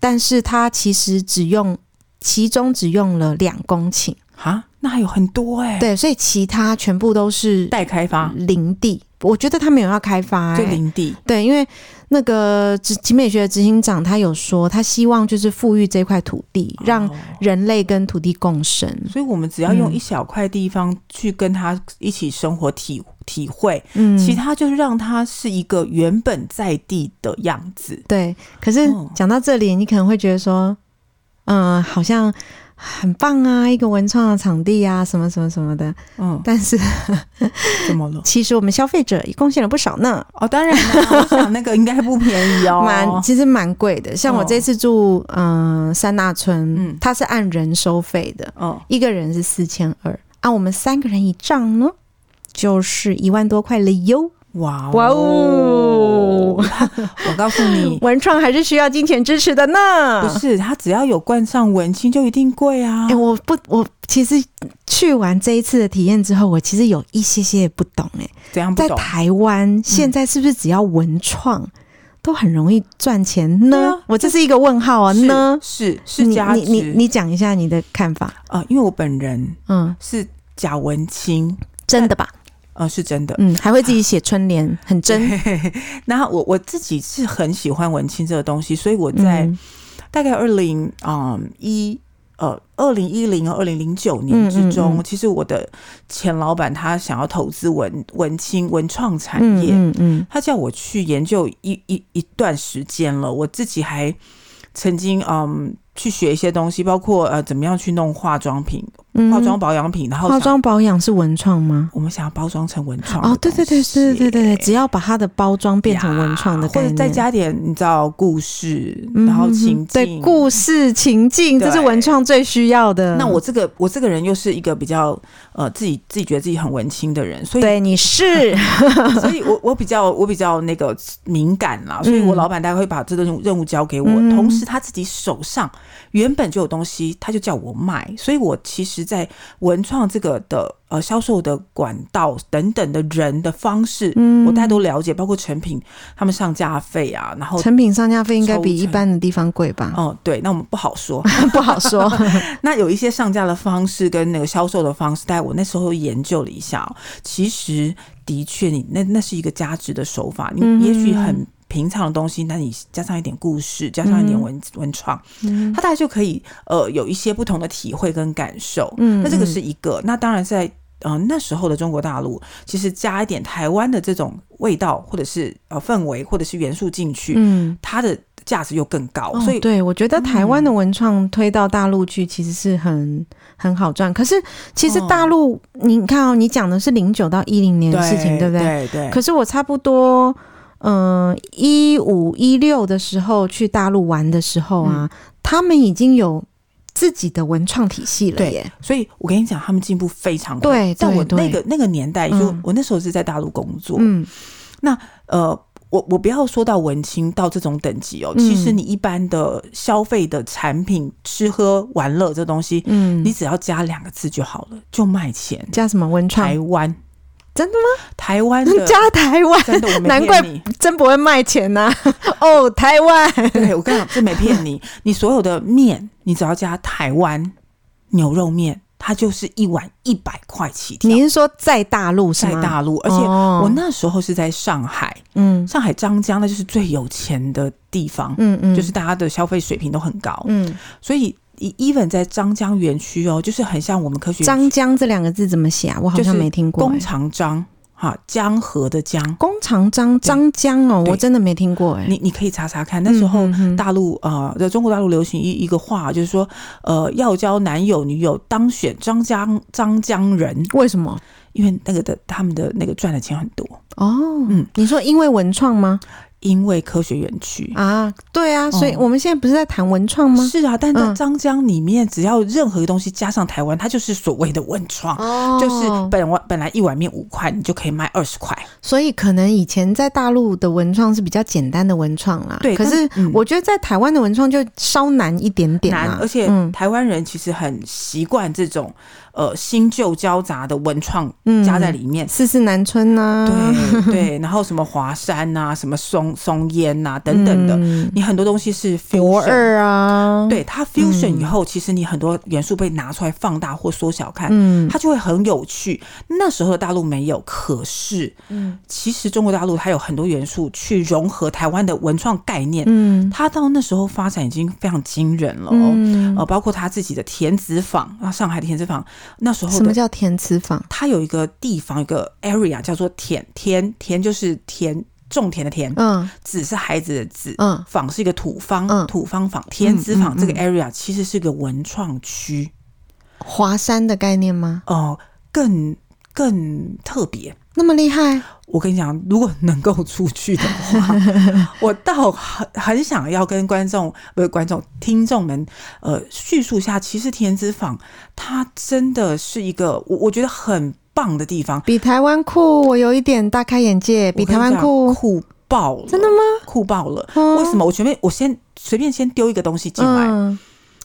Speaker 2: 但是他其实只用其中只用了两公顷，
Speaker 3: 啊，那还有很多哎、
Speaker 2: 对，所以其他全部都是
Speaker 3: 待开发，
Speaker 2: 林地。我觉得他没有要开发、
Speaker 3: 就
Speaker 2: 欸，
Speaker 3: 林地，
Speaker 2: 对，因为那个执秦美学的执行长他有说，他希望就是富裕这块土地，让
Speaker 3: 哦
Speaker 2: 人类跟土地共生。
Speaker 3: 所以我们只要用
Speaker 2: 嗯
Speaker 3: 一小块地方去跟他一起生活体体会，
Speaker 2: 嗯，
Speaker 3: 其他就是让他是一个原本在地的样子。
Speaker 2: 对，可是
Speaker 3: 哦
Speaker 2: 讲到这里，你可能会觉得说，嗯、好像很棒啊，一个文创的场地啊，什么什么什么的。
Speaker 3: 嗯，
Speaker 2: 但是
Speaker 3: 怎么了？
Speaker 2: 其实我们消费者也贡献了不少呢，
Speaker 3: 哦，当然啦，我想那个应该不便宜
Speaker 2: <laughs>
Speaker 3: 哦，
Speaker 2: 蛮、其实蛮贵的。像我
Speaker 3: 哦
Speaker 2: 这次住嗯、呃三大村，
Speaker 3: 嗯
Speaker 2: 它是按人收费的，
Speaker 3: 嗯，
Speaker 2: 一个人是四千二啊，我们三个人一账呢，就是一万多块了哟。
Speaker 3: 哇
Speaker 2: 哇哦！
Speaker 3: <laughs> 我告诉你，
Speaker 2: 文创还是需要金钱支持的呢。
Speaker 3: 不是他只要有冠上文青就一定贵啊
Speaker 2: 哎、。我不，我其实去完这一次的体验之后，我其实有一些些不懂、哎，
Speaker 3: 怎样不
Speaker 2: 在
Speaker 3: 懂？嗯
Speaker 2: 台湾现在是不是只要文创都很容易赚钱呢？
Speaker 3: 对啊
Speaker 2: 我这是一个问号啊
Speaker 3: 是
Speaker 2: 呢。
Speaker 3: 是是
Speaker 2: 你
Speaker 3: 加
Speaker 2: 你你
Speaker 3: 值
Speaker 2: 你讲一下你的看法，
Speaker 3: 啊、呃因为我本人
Speaker 2: 嗯，
Speaker 3: 是假文青，
Speaker 2: 真的吧？
Speaker 3: 呃，是真的。
Speaker 2: 嗯，还会自己写春联，很真。
Speaker 3: 那我我自己是很喜欢文青这个东西，所以我在
Speaker 2: 嗯
Speaker 3: 大概二零嗯一呃二零一零二零零九年之中，
Speaker 2: 嗯嗯嗯
Speaker 3: 其实我的前老板他想要投资文文青文创产业，
Speaker 2: 嗯嗯嗯
Speaker 3: 他叫我去研究一一一段时间了，我自己还曾经嗯去学一些东西，包括呃怎么样去弄化妆品、
Speaker 2: 嗯
Speaker 3: 化妆保养品，然后
Speaker 2: 化
Speaker 3: 想
Speaker 2: 妆保养是文创吗？
Speaker 3: 我们想要包装成文创
Speaker 2: 哦，对对对对对对对，
Speaker 3: 对。
Speaker 2: 只要把它的包装变成文创的
Speaker 3: 或
Speaker 2: 概
Speaker 3: 者
Speaker 2: 念，
Speaker 3: 再加点，你知道故事，
Speaker 2: 嗯
Speaker 3: 然后
Speaker 2: 嗯嗯
Speaker 3: 情境，
Speaker 2: 对故事情境，这是
Speaker 3: 对
Speaker 2: 文创最需要的。
Speaker 3: 那我这个我这个人又是一个比较呃自己自己觉得自己很文青的人，所以
Speaker 2: 对你
Speaker 3: <laughs>
Speaker 2: 是
Speaker 3: 所以我我比较我比较那个敏感啦，所以我老板大概会把这个任务任务交给我，
Speaker 2: 嗯
Speaker 3: 同时他自己手上原本就有东西，他就叫我卖，所以我其实，在文创这个的呃销售的管道等等的人的方式，
Speaker 2: 嗯
Speaker 3: 我大家都了解，包括成品他们上架费啊，然后
Speaker 2: 成品上架费应该比
Speaker 3: 抽成
Speaker 2: 一般的地方贵吧？
Speaker 3: 哦、对，那我们不好说，
Speaker 2: 不好说。
Speaker 3: <laughs> 那有一些上架的方式跟那个销售的方式，但我那时候研究了一下、哦，其实的确你，那那是一个加值的手法。
Speaker 2: 嗯
Speaker 3: 你也许很平常的东西，那你加上一点故事，加上一点文、文创，
Speaker 2: 嗯
Speaker 3: 它大概就可以呃有一些不同的体会跟感受。
Speaker 2: 嗯
Speaker 3: 那这个是一个。那当然在呃那时候的中国大陆，其实加一点台湾的这种味道，或者是呃氛围，或者是元素进去，
Speaker 2: 嗯，
Speaker 3: 它的价值又更高。
Speaker 2: 哦
Speaker 3: 所以
Speaker 2: 对我觉得台湾的文创推到大陆去，其实是很很好赚。可是其实
Speaker 3: 哦
Speaker 2: 大陆，你看哦，你讲的是零九到一零年的事情，对不对？
Speaker 3: 对对。
Speaker 2: 可是我差不多，嗯、一五一六的时候去大陆玩的时候啊，他们已经有自己的文创体系了耶。
Speaker 3: 所以我跟你讲，他们进步非常快。
Speaker 2: 对
Speaker 3: 但我
Speaker 2: 对
Speaker 3: 那个那个年代，就
Speaker 2: 嗯
Speaker 3: 我那时候是在大陆工作，
Speaker 2: 嗯
Speaker 3: 呃。我我不要说到文青到这种等级哦，
Speaker 2: 嗯
Speaker 3: 其实你一般的消费的产品、吃喝玩乐这东西，
Speaker 2: 嗯，
Speaker 3: 你只要加两个字就好了，就卖钱。
Speaker 2: 加什么文创
Speaker 3: 台？湾，
Speaker 2: 真的
Speaker 3: 台湾
Speaker 2: 吗？
Speaker 3: 的
Speaker 2: <laughs> 加台湾，
Speaker 3: 真的，我没
Speaker 2: 难怪
Speaker 3: 骗你。
Speaker 2: 真不会卖钱呐、 <laughs> 哦，台湾，
Speaker 3: 对我跟你讲，这没骗你。你所有的面，你只要加台湾牛肉面，它就是一碗一百块起跳。
Speaker 2: 你是说在大陆是
Speaker 3: 在
Speaker 2: 吗？
Speaker 3: 大陆，而且
Speaker 2: 哦
Speaker 3: 我那时候是在上海，
Speaker 2: <laughs> 嗯
Speaker 3: 上海张江那就是最有钱的地方，
Speaker 2: 嗯嗯，
Speaker 3: 就是大家的消费水平都很高，
Speaker 2: 嗯，
Speaker 3: 所以 e- even 在张江园区哦，就是很像我们科学园
Speaker 2: 张
Speaker 3: 区
Speaker 2: 江这两个字怎么写啊？我好
Speaker 3: 就
Speaker 2: 像
Speaker 3: 是
Speaker 2: 没听过、
Speaker 3: 弓
Speaker 2: 欸。
Speaker 3: 长张哈江河的江，
Speaker 2: 工厂张
Speaker 3: 对
Speaker 2: 张江哦，
Speaker 3: 对
Speaker 2: 我真的没听过哎、
Speaker 3: 你你可以查查看，那时候
Speaker 2: 嗯嗯嗯
Speaker 3: 大陆呃，在中国大陆流行一一个话，就是说呃要交男友女友当选张江张江人，
Speaker 2: 为什么？
Speaker 3: 因为那个的他们的那个赚的钱很多，
Speaker 2: 哦，
Speaker 3: 嗯
Speaker 2: 你说因为文创吗？
Speaker 3: 因为科学园区。
Speaker 2: 啊，对啊，
Speaker 3: 哦
Speaker 2: 所以我们现在不是在谈文创吗？
Speaker 3: 是啊，但在
Speaker 2: 嗯
Speaker 3: 张江里面，只要任何一个东西加上台湾，它就是所谓的文创。
Speaker 2: 哦
Speaker 3: 就是本碗本来一碗面五块，你就可以卖二十块。
Speaker 2: 所以可能以前在大陆的文创是比较简单的文创啦，
Speaker 3: 对
Speaker 2: 可是
Speaker 3: 但嗯
Speaker 2: 我觉得在台湾的文创就稍难一点点
Speaker 3: 难
Speaker 2: 啦，，
Speaker 3: 而且
Speaker 2: 嗯
Speaker 3: 台湾人其实很习惯这种呃新旧交杂的文创
Speaker 2: 嗯
Speaker 3: 加在里面。
Speaker 2: 四四南村啊呐、
Speaker 3: 对对， <laughs> 然后什么华山呐、什么松松烟呐、啊等等的，
Speaker 2: 嗯
Speaker 3: 你很多东西是
Speaker 2: 博
Speaker 3: fusion。
Speaker 2: 二啊，，
Speaker 3: 对它 fusion 以后，其实你很多元素被拿出来放大或缩小看，
Speaker 2: 嗯
Speaker 3: 它就会很有趣。那时候的大陆没有，可是
Speaker 2: 嗯
Speaker 3: 其实中国大陆它有很多元素去融合台湾的文创概念，
Speaker 2: 嗯
Speaker 3: 他到那时候发展已经非常惊人了、哦，
Speaker 2: 嗯，
Speaker 3: 呃，包括他自己的田子坊啊，上海的田子坊，那时候
Speaker 2: 什么
Speaker 3: 的
Speaker 2: 叫填词坊？
Speaker 3: 他有一个地方，有个 area 叫做田田田，就是田种田的田，
Speaker 2: 嗯
Speaker 3: 子是孩子的子，
Speaker 2: 嗯，
Speaker 3: 坊是一个土方，
Speaker 2: 嗯
Speaker 3: 土方坊，田子坊
Speaker 2: 嗯
Speaker 3: 这个 area 其实是个文创区
Speaker 2: 华山的概念吗？
Speaker 3: 哦、更更特别。
Speaker 2: 那么厉害，
Speaker 3: 我跟你讲，如果能够出去的话，
Speaker 2: <laughs>
Speaker 3: 我倒很很想要跟观众不是观众听众们呃叙述一下，其实田子坊它真的是一个我我觉得很棒的地方，
Speaker 2: 比台湾酷，我有一点大开眼界，比
Speaker 3: 我跟
Speaker 2: 台
Speaker 3: 你
Speaker 2: 湾
Speaker 3: 讲
Speaker 2: 酷。
Speaker 3: 酷爆了，
Speaker 2: 真的吗？
Speaker 3: 酷爆了！
Speaker 2: 嗯
Speaker 3: 为什么？我前面我先随便先丢一个东西进来，
Speaker 2: 嗯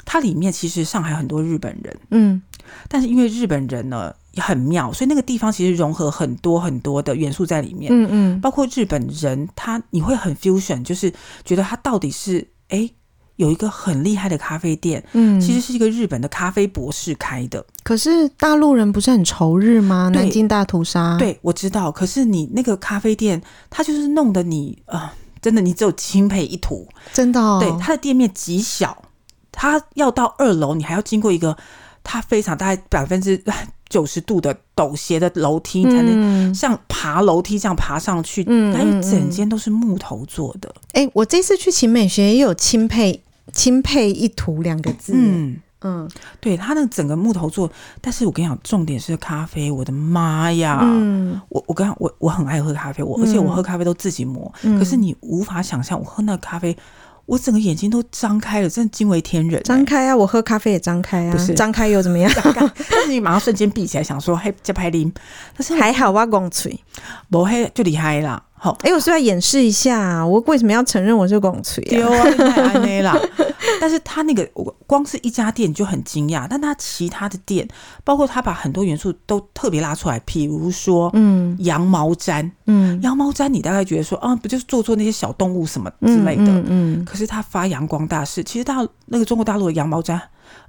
Speaker 3: 它里面其实上海很多日本人，
Speaker 2: 嗯
Speaker 3: 但是因为日本人呢也很妙，所以那个地方其实融合很多很多的元素在里面，
Speaker 2: 嗯嗯，
Speaker 3: 包括日本人他你会很 fusion，就是觉得他到底是哎。有一个很厉害的咖啡店，
Speaker 2: 嗯，
Speaker 3: 其实是一个日本的咖啡博士开的。
Speaker 2: 可是大陆人不是很仇日吗？
Speaker 3: 对
Speaker 2: 南京大屠杀，，
Speaker 3: 对，我知道。可是你那个咖啡店，它就是弄得你啊、呃真的你只有钦佩一途。
Speaker 2: 真的、哦，
Speaker 3: 对，它的店面极小，它要到二楼，你还要经过一个它非常大概百分之九十度的陡斜的楼梯，你才能
Speaker 2: 嗯，
Speaker 3: 像爬楼梯这样爬上去。
Speaker 2: 嗯
Speaker 3: 它因为
Speaker 2: 嗯
Speaker 3: 整
Speaker 2: 嗯
Speaker 3: 间都是木头做的。
Speaker 2: 哎、我这次去秦美学也有钦佩“钦佩一图”两个字，嗯
Speaker 3: 嗯，对，它那整个木头做，但是我跟你讲，重点是咖啡，我的妈呀！
Speaker 2: 嗯
Speaker 3: 我我刚我我很爱喝咖啡，我而且我喝咖啡都自己磨。
Speaker 2: 嗯
Speaker 3: 可是你无法想象，我喝那咖啡，我整个眼睛都张开了，真的惊为天人、欸
Speaker 2: 张开啊，我喝咖啡也张开
Speaker 3: 不
Speaker 2: 啊
Speaker 3: 是，
Speaker 2: 张开又怎么样？
Speaker 3: 开，但 <laughs> 是你马上瞬间闭起来，想说嘿加拍林，但是
Speaker 2: <laughs> 还好我拱嘴，
Speaker 3: 我嘿就厉害啦，好、
Speaker 2: 哎、我是不是要掩饰一下，啊我为什么要承认我是拱嘴
Speaker 3: 丢
Speaker 2: 啊？
Speaker 3: 啊，你太安内啦！但是他那个，我光是一家店就很惊讶，但他其他的店，包括他把很多元素都特别拉出来，比如说
Speaker 2: 嗯
Speaker 3: 羊毛毡，
Speaker 2: 嗯
Speaker 3: 羊毛毡你大概觉得说啊，不就是做做那些小动物什么
Speaker 2: 嗯
Speaker 3: 之类的，
Speaker 2: 嗯嗯
Speaker 3: 可是它发扬光大是，其实大陆那个中国大陆的羊毛毡，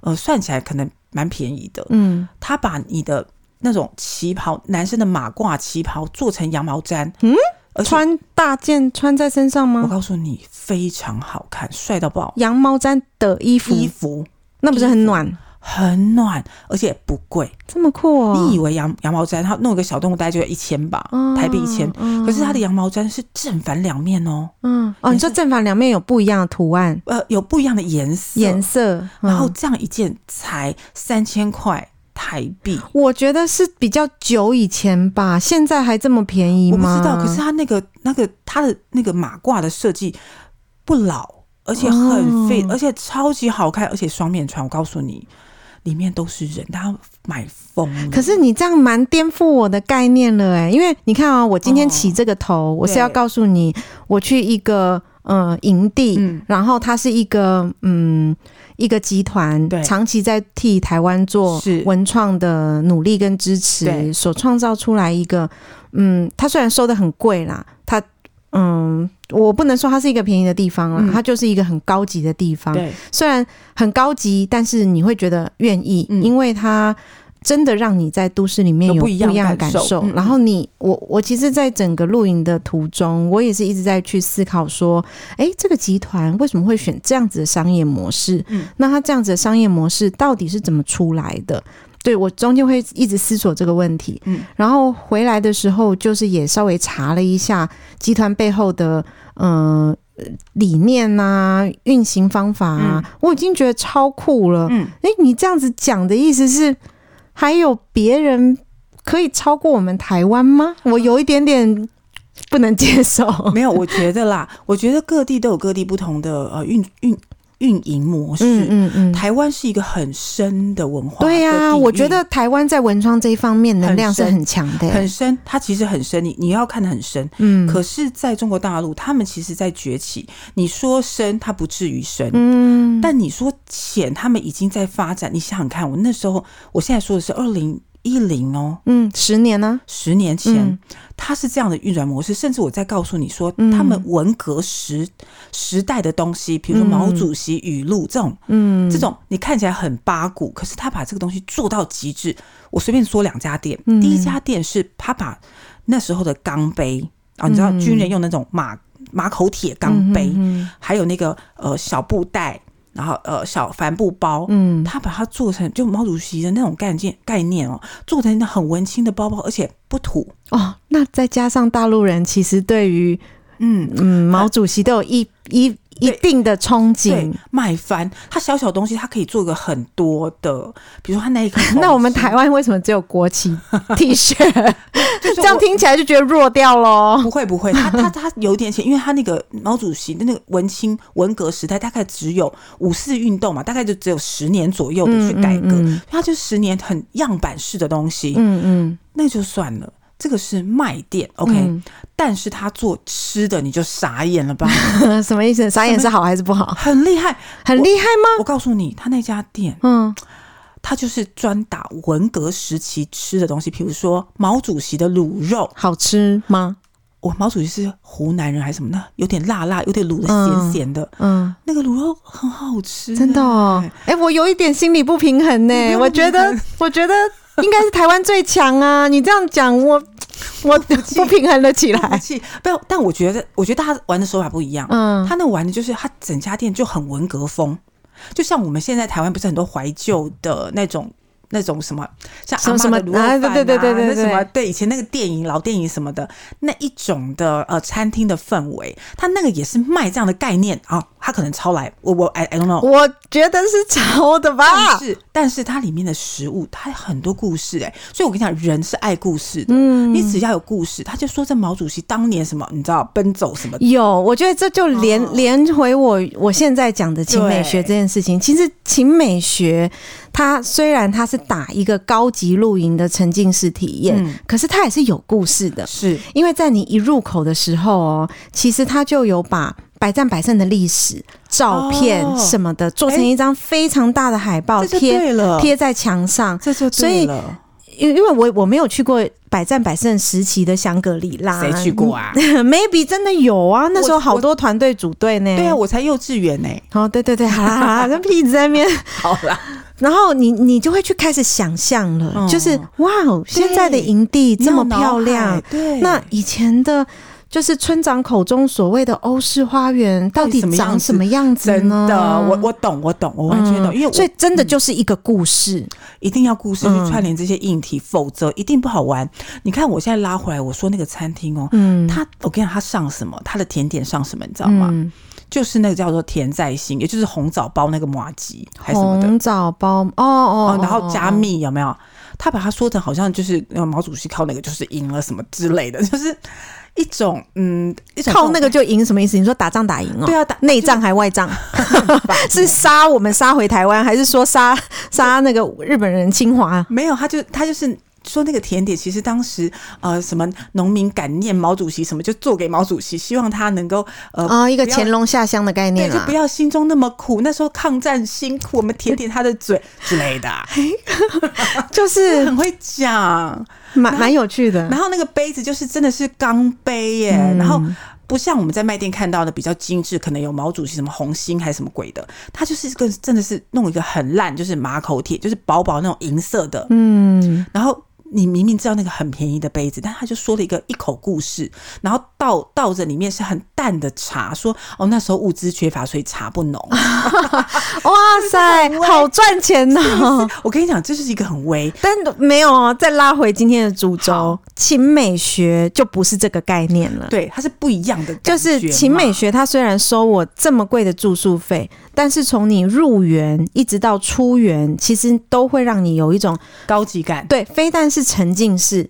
Speaker 3: 呃，算起来可能蛮便宜的。
Speaker 2: 嗯
Speaker 3: 它把你的那种旗袍，男生的马褂旗袍做成羊毛毡，
Speaker 2: 嗯，
Speaker 3: 而且
Speaker 2: 穿大件穿在身上
Speaker 3: 我
Speaker 2: 吗？
Speaker 3: 告诉你，非常好看，帅到爆，
Speaker 2: 羊毛毡的衣服，
Speaker 3: 衣服
Speaker 2: 那不是很暖？
Speaker 3: 很暖，而且不贵。
Speaker 2: 这么酷哦！
Speaker 3: 你以为羊羊毛毡，它弄一个小动物大概就要一千吧，
Speaker 2: 哦
Speaker 3: 台币一千。
Speaker 2: 嗯
Speaker 3: 可是它的羊毛毡是正反两面哦，
Speaker 2: 嗯哦，你说正反两面有不一样的图案、
Speaker 3: 呃，有不一样的颜色，
Speaker 2: 颜色，
Speaker 3: 然后
Speaker 2: 嗯
Speaker 3: 这样一件才三千块台币，
Speaker 2: 我觉得是比较久以前吧，现在还这么便宜
Speaker 3: 我不
Speaker 2: 吗？
Speaker 3: 知道，可是它那个那个它的那个马褂的设计不老，而且
Speaker 2: 哦
Speaker 3: 很费，而且超级好看，而且双面穿。我告诉你，里面都是人，他买疯了。
Speaker 2: 可是你这样蛮颠覆我的概念了哎、因为你看啊、我今天起这个头，我是要
Speaker 3: 对
Speaker 2: 告诉你，我去一个呃营地，
Speaker 3: 嗯
Speaker 2: 然后它是一个嗯一个集团，
Speaker 3: 对
Speaker 2: 长期在替台湾做
Speaker 3: 是
Speaker 2: 文创的努力跟支持，
Speaker 3: 对
Speaker 2: 所创造出来一个嗯，它虽然收的很贵啦，它嗯，我不能说它是一个便宜的地方啦，
Speaker 3: 嗯
Speaker 2: 它就是一个很高级的地方，
Speaker 3: 对，
Speaker 2: 虽然很高级，但是你会觉得愿意，
Speaker 3: 嗯
Speaker 2: 因为它真的让你在都市里面
Speaker 3: 有
Speaker 2: 有
Speaker 3: 不
Speaker 2: 一
Speaker 3: 一样的
Speaker 2: 样的
Speaker 3: 感
Speaker 2: 感
Speaker 3: 受
Speaker 2: 受。
Speaker 3: 嗯嗯
Speaker 2: 然后你，我，我其实，在整个露营的途中，我也是一直在去思考说，诶，这个集团为什么会选这样子的商业模式？
Speaker 3: 嗯
Speaker 2: 那它这样子的商业模式到底是怎么出来的？对我中间会一直思索这个问题，
Speaker 3: 嗯，
Speaker 2: 然后回来的时候，就是也稍微查了一下集团背后的呃理念啊、运行方法啊，我已经觉得超酷了。
Speaker 3: 嗯，
Speaker 2: 诶，你这样子讲的意思是，还有别人可以超过我们台湾吗？我有一点点不能接受。
Speaker 3: 没有，我觉得啦，我觉得各地都有各地不同的呃运运运营模
Speaker 2: 嗯
Speaker 3: 式。
Speaker 2: 嗯嗯，
Speaker 3: 台湾是一个很深的文化，
Speaker 2: 对呀、啊
Speaker 3: 呀、
Speaker 2: 我觉得台湾在文创这一方面能量是
Speaker 3: 很深
Speaker 2: 很强的、
Speaker 3: 很深，它其实很深，你你要看得很深。
Speaker 2: 嗯，
Speaker 3: 可是，在中国大陆，他们其实在崛起。你说深，它不至于深，
Speaker 2: 嗯，
Speaker 3: 但你说浅，他们已经在发展。你想想看，我那时候，我现在说的是二零一零哦，
Speaker 2: 嗯，十年呢、
Speaker 3: 十年前，
Speaker 2: 嗯
Speaker 3: 它是这样的运转模式。甚至我在告诉你说，
Speaker 2: 嗯
Speaker 3: 他们文革时时代的东西，比如说
Speaker 2: 嗯
Speaker 3: 毛主席语录这种，
Speaker 2: 嗯，
Speaker 3: 这种你看起来很八股，可是他把这个东西做到极致。我随便说两家店，
Speaker 2: 嗯
Speaker 3: 第一家店是他把那时候的钢杯啊，你知道
Speaker 2: 嗯
Speaker 3: 军人用那种马马口铁钢杯，
Speaker 2: 嗯哼
Speaker 3: 还有那个呃小布袋，然后呃小帆布包。
Speaker 2: 嗯，
Speaker 3: 他把它做成就毛主席的那种概念概念哦，做成一个很文青的包包，而且不土。
Speaker 2: 哦，那再加上大陆人其实对于
Speaker 3: 嗯，
Speaker 2: 嗯，毛主席都有一一一定的憧
Speaker 3: 对
Speaker 2: 憬。，
Speaker 3: 卖翻，它小小东西它可以做一个很多的，比如说它那一个
Speaker 2: <laughs> 那我们台湾为什么只有国旗 T <laughs> 恤？
Speaker 3: 就是
Speaker 2: 这样
Speaker 3: 我
Speaker 2: 听起来就觉得弱掉喽。
Speaker 3: 不会不会，他他他有点钱，因为他那个毛主席的那个文青文革时代，大概只有五四运动嘛，大概就只有十年左右的去改革，
Speaker 2: 嗯嗯嗯
Speaker 3: 他就十年很样板式的东西，
Speaker 2: 嗯嗯
Speaker 3: 那就算了。这个是卖店，OK，、但是他做吃的你就傻眼了吧，
Speaker 2: <laughs> 嗯，什么意思？傻眼是好还是不好？
Speaker 3: 很厉害。
Speaker 2: 很厉害吗？
Speaker 3: 我告诉你，他那家店，
Speaker 2: 嗯，
Speaker 3: 他就是专打文革时期吃的东西，比如说毛主席的卤肉，
Speaker 2: 好吃吗？
Speaker 3: 我毛主席是湖南人还是什么呢？有点辣辣，有点卤的
Speaker 2: 嗯
Speaker 3: 咸咸的，
Speaker 2: 嗯，
Speaker 3: 那个卤肉很好吃，
Speaker 2: 真的哦
Speaker 3: 哎。
Speaker 2: 哎、我有一点心理不平衡呢、
Speaker 3: 你不用
Speaker 2: 我觉得
Speaker 3: 不平，
Speaker 2: 我觉得应该是台湾最强啊！你这样讲， <laughs> 我我不平衡了起
Speaker 3: 对不
Speaker 2: 来。
Speaker 3: 起，不要，但我觉得，我觉得他玩的手法不一样。
Speaker 2: 嗯
Speaker 3: 他那玩的就是他整家店就很文革风，就像我们现在台湾不是很多怀旧的那种。那种什么，像
Speaker 2: 什
Speaker 3: 阿
Speaker 2: 么
Speaker 3: 妈的
Speaker 2: 什么
Speaker 3: 卤肉饭
Speaker 2: 啊对对对对
Speaker 3: 那
Speaker 2: 对
Speaker 3: 什么
Speaker 2: 对
Speaker 3: 对以前那个电影老电影什么的那一种的呃餐厅的氛围，他那个也是卖这样的概念啊、他可能抄来我我 I I don't know，
Speaker 2: 我觉得是抄的吧
Speaker 3: 但。是但是它里面的食物，它很多故事哎、所以我跟你讲，人是爱故事的。
Speaker 2: 嗯
Speaker 3: 你只要有故事，他就说这毛主席当年什么，你知道奔走什么，
Speaker 2: 有，我觉得这就连、
Speaker 3: 哦
Speaker 2: 连回我我现在讲的秦美学这件事情。其实秦美学，它虽然它是打一个高级露营的沉浸式体验，
Speaker 3: 嗯
Speaker 2: 可是它也是有故事的。
Speaker 3: 是
Speaker 2: 因为在你一入口的时候哦，其实它就有把百战百胜的历史、照片
Speaker 3: 哦
Speaker 2: 什么的，做成一张非常大的海报
Speaker 3: 这就
Speaker 2: 贴
Speaker 3: 对了，
Speaker 2: 贴在墙上。
Speaker 3: 这就
Speaker 2: 所以
Speaker 3: 对了，
Speaker 2: 因因为我我没有去过百战百胜时期的香格里拉，嗯
Speaker 3: 谁去过啊？
Speaker 2: <laughs> ？Maybe 真的有啊，那时候好多团队组队呢。
Speaker 3: 对啊，我才幼稚园呢、
Speaker 2: 哦，对对对，好啦好
Speaker 3: <laughs>
Speaker 2: 啦，那屁在那边，
Speaker 3: 好啦，
Speaker 2: 然后你你就会去开始想象了，
Speaker 3: 嗯
Speaker 2: 就是哇哦，现在的营地这么漂亮，，
Speaker 3: 对，
Speaker 2: 那以前的。就是村长口中所谓的欧式花园，到底
Speaker 3: 到底什么样
Speaker 2: 长
Speaker 3: 子
Speaker 2: 什么样子
Speaker 3: 真
Speaker 2: 呢？
Speaker 3: 的，我我懂，我懂，我完全懂，
Speaker 2: 嗯
Speaker 3: 因为我
Speaker 2: 所以真的就是一个故事，
Speaker 3: 一定要故事
Speaker 2: 嗯
Speaker 3: 去串联这些硬体，否则一定不好玩。你看我现在拉回来，我说那个餐厅哦、
Speaker 2: 嗯，
Speaker 3: 它我跟你讲，它上什么？它的甜点上什么？你知道吗？
Speaker 2: 嗯
Speaker 3: 就是那个叫做甜在心，也就是红枣包那个麻吉还是什么的，
Speaker 2: 红枣包哦哦
Speaker 3: 哦，，然后加
Speaker 2: 哦
Speaker 3: 蜜有没有？他把它说成好像就是呃毛主席靠那个就是赢了什么之类的， <laughs> 就是一种嗯一种
Speaker 2: 靠那个就赢什么意思？你说打仗打赢哦？
Speaker 3: 对啊打
Speaker 2: 内仗还外仗？ <laughs> 是杀我们杀回台湾，还是说杀杀那个日本人侵华？
Speaker 3: 没有，他就他就是。说那个甜点，其实当时呃，什么农民感念毛主席，什么就做给毛主席，希望他能够呃
Speaker 2: 啊、一个
Speaker 3: 不要
Speaker 2: 乾隆下乡的概
Speaker 3: 对，
Speaker 2: 念啊
Speaker 3: 就
Speaker 2: 啦
Speaker 3: 不。要心中那么苦。那时候抗战辛苦，我们舔舔他的嘴 <laughs> 之类的啊，
Speaker 2: 就
Speaker 3: <laughs> 就是很会讲。
Speaker 2: 蛮蛮有趣的
Speaker 3: 然。后那个杯子就是真的是钢杯耶，然后不像我们在卖店看到的比较精致，可能有毛主席什么红心还是什么鬼的，它就是个真的是弄一个很烂，就是马口铁，就是薄薄那种银色的，
Speaker 2: 嗯，
Speaker 3: 然后。你明明知道那个很便宜的杯子，但他就说了一个一口故事，然后倒倒着里面是很淡的茶，说哦那时候物资缺乏，所以茶不浓。
Speaker 2: 哇塞，好赚钱哦！
Speaker 3: <laughs> 我跟你讲，这就是一个很微，
Speaker 2: 但没有哦，再拉回今天的主轴，秦美学就不是这个概念了。
Speaker 3: 对，它是不一样的感觉
Speaker 2: 就
Speaker 3: 嘛，
Speaker 2: 是秦美学，它虽然收我这么贵的住宿费，但是从你入园一直到出园，其实都会让你有一种
Speaker 3: 高级感，
Speaker 2: 对，非但是沉浸式，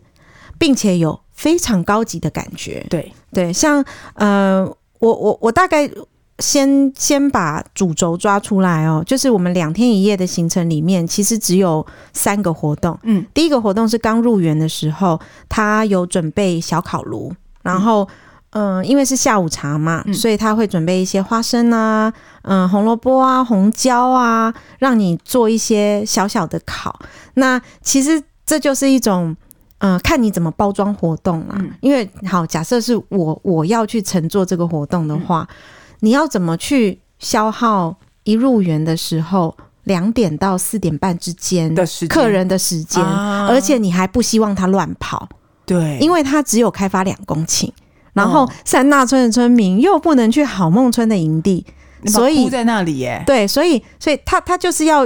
Speaker 2: 并且有非常高级的感觉。
Speaker 3: 对，
Speaker 2: 对，像呃，我我我大概先先把主轴抓出来哦，就是我们两天一夜的行程里面，其实只有三个活动。
Speaker 3: 嗯，
Speaker 2: 第一个活动是刚入园的时候，他有准备小烤炉，然后。嗯，因为是下午茶嘛，
Speaker 3: 嗯
Speaker 2: 所以他会准备一些花生啊，嗯，红萝卜啊，红椒啊，让你做一些小小的烤。那其实这就是一种，嗯、看你怎么包装活动啦。
Speaker 3: 嗯
Speaker 2: 因为好，假设是我我要去乘坐这个活动的话，
Speaker 3: 嗯
Speaker 2: 你要怎么去消耗一入园的时候两点到四点半之间
Speaker 3: 的时间
Speaker 2: 客人的时间，
Speaker 3: 啊
Speaker 2: 而且你还不希望他乱跑，
Speaker 3: 对，
Speaker 2: 因
Speaker 3: 为
Speaker 2: 为它只有开发两公顷，然后
Speaker 3: 哦
Speaker 2: 三纳村的村民又不能去好梦村的营地，所以
Speaker 3: 在那里耶，
Speaker 2: 对，所以所以他他就是要，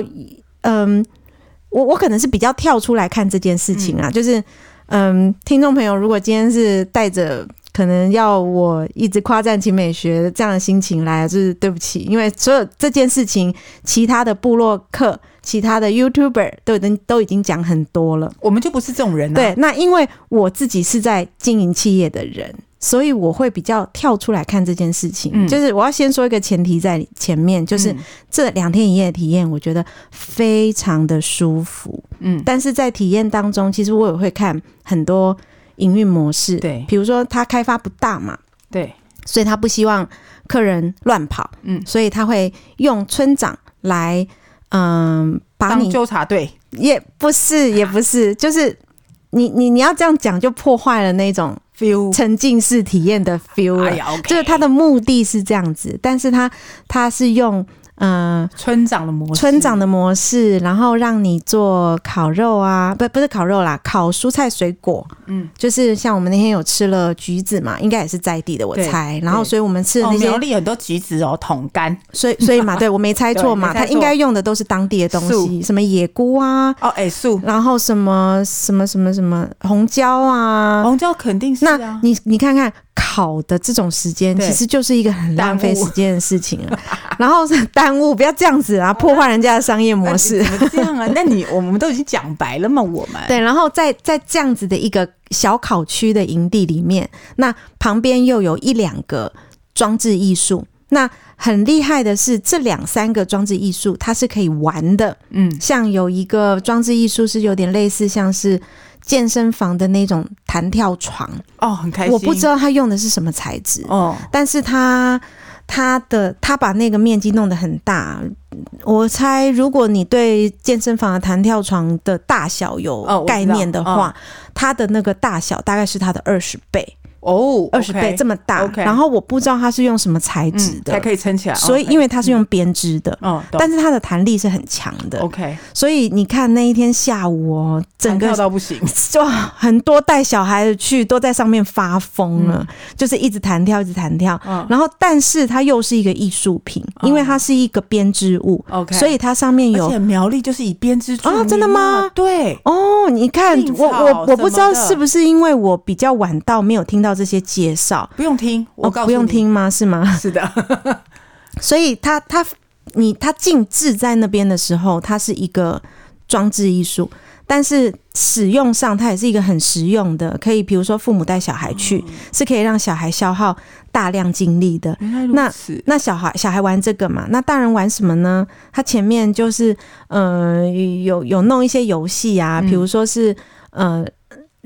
Speaker 2: 嗯，我我可能是比较嗯跳出来看这件事情啊，就是嗯，听众朋友，如果今天是带着可能要我一直夸赞秦美学这样的心情来，就是对不起，因为所有这件事情，其他的部落客、其他的 YouTuber 都已经都已经讲很多了。
Speaker 3: 我们就不是这种人、啊，
Speaker 2: 对，那因为我自己是在经营企业的人，所以我会比较跳出来看这件事情。
Speaker 3: 嗯
Speaker 2: 就是我要先说一个前提在前面，就是
Speaker 3: 嗯
Speaker 2: 这两天一夜的体验，我觉得非常的舒服。
Speaker 3: 嗯，
Speaker 2: 但是在体验当中，其实我也会看很多营运模式，
Speaker 3: 对
Speaker 2: 比如说他开发不大嘛，
Speaker 3: 对，
Speaker 2: 所以他不希望客人乱跑，
Speaker 3: 嗯
Speaker 2: 所以他会用村长来，嗯、把
Speaker 3: 当
Speaker 2: 你
Speaker 3: 纠察队，
Speaker 2: 也不
Speaker 3: <laughs>
Speaker 2: 是，也不是，就是你你你要这样讲，就破坏了那种
Speaker 3: feel，
Speaker 2: 沉浸式体验的 feel 了。
Speaker 3: 哎呀，OK，
Speaker 2: 就是他的目的是这样子，但是他他是用呃
Speaker 3: 村长的模式，
Speaker 2: 村长的模式，然后让你做烤肉啊，不不是烤肉啦，烤蔬菜水果，
Speaker 3: 嗯，
Speaker 2: 就是像我们那天有吃了橘子嘛，应该也是在地的，我
Speaker 3: 对
Speaker 2: 猜。然后
Speaker 3: 对
Speaker 2: 所以我们吃的
Speaker 3: 哦，
Speaker 2: 那些，
Speaker 3: 苗栗很多橘子哦，桶干
Speaker 2: 所以所以嘛，对我
Speaker 3: <laughs>
Speaker 2: 没猜错嘛，
Speaker 3: 对没猜
Speaker 2: 他
Speaker 3: 错
Speaker 2: 应该用的都是当地的东西，什么野菇啊，
Speaker 3: 哦，哎树，
Speaker 2: 然后什么什么什么什么红椒啊。
Speaker 3: 红椒肯哦定是
Speaker 2: 那
Speaker 3: 啊，
Speaker 2: 你你看看烤的这种时间，
Speaker 3: 对
Speaker 2: 其实就是一个很浪费
Speaker 3: 耽误
Speaker 2: 时间的事情
Speaker 3: <laughs>
Speaker 2: 了。然后是耽误，不要这样子
Speaker 3: 哦
Speaker 2: 啊，破坏人家的商业模
Speaker 3: <laughs>
Speaker 2: 式。
Speaker 3: 那你怎么这样啊？那你我们都已经讲白了嘛，我们
Speaker 2: 对，然后在在这样子的一个小烤区的营地里面，那旁边又有一两个装置艺术。那很厉害的是，这两三个装置艺术它是可以玩的，
Speaker 3: 嗯，
Speaker 2: 像有一个装置艺术是有点类似像是健身房的那种弹跳床，
Speaker 3: 哦，很开心，
Speaker 2: 我不知道它用的是什么材质，
Speaker 3: 哦，
Speaker 2: 但是它它的它把那个面积弄得很大。我猜，如果你对健身房的弹跳床的大小
Speaker 3: 哦
Speaker 2: 有
Speaker 3: 我知道
Speaker 2: 概念的话，它的那个大小大概是它的二十倍，
Speaker 3: 哦，
Speaker 2: 二十倍这
Speaker 3: 么
Speaker 2: 么大。
Speaker 3: OK 嗯
Speaker 2: 然后我不知道它是用什么材质
Speaker 3: 才
Speaker 2: 的，
Speaker 3: 可以撑起来，
Speaker 2: 所以因为它是用编织的，
Speaker 3: 哦，懂
Speaker 2: 但是它的弹力是很强的。
Speaker 3: OK，
Speaker 2: 所以你看那一天下午哦，整
Speaker 3: 弹
Speaker 2: 个
Speaker 3: 跳到不 <laughs> 行，
Speaker 2: 就很多带小孩的去都在上面发疯了，就是一直弹跳，一直弹跳。
Speaker 3: 嗯
Speaker 2: 然后，但是它又是一个艺术品，因为它是一个编织物，
Speaker 3: ，OK，
Speaker 2: 所以它上面
Speaker 3: 而
Speaker 2: 有
Speaker 3: 且苗栗就是以编织著
Speaker 2: 啊
Speaker 3: 名
Speaker 2: 真的
Speaker 3: 嘛
Speaker 2: 吗
Speaker 3: 对，
Speaker 2: 哦，你看
Speaker 3: 蔺
Speaker 2: 我
Speaker 3: 草
Speaker 2: 我我不知道
Speaker 3: 什么的
Speaker 2: 是不是因为我比较晚到，没有听到这些介绍。
Speaker 3: 不用听，我
Speaker 2: 哦
Speaker 3: 告诉你，
Speaker 2: 不用，听吗？是吗？
Speaker 3: 是的，
Speaker 2: 所以它它你它静置在那边的时候，它是一个装置艺术，但是使用上它也是一个很实用的，可以比如说父母带小孩去，是可以让小孩消耗大量精力的。
Speaker 3: <laughs> 原来
Speaker 2: 那
Speaker 3: 如此，
Speaker 2: 那小孩小孩玩这个嘛，那大人玩什么呢？他前面就是呃有有弄一些游戏啊，
Speaker 3: 嗯
Speaker 2: 比如说是呃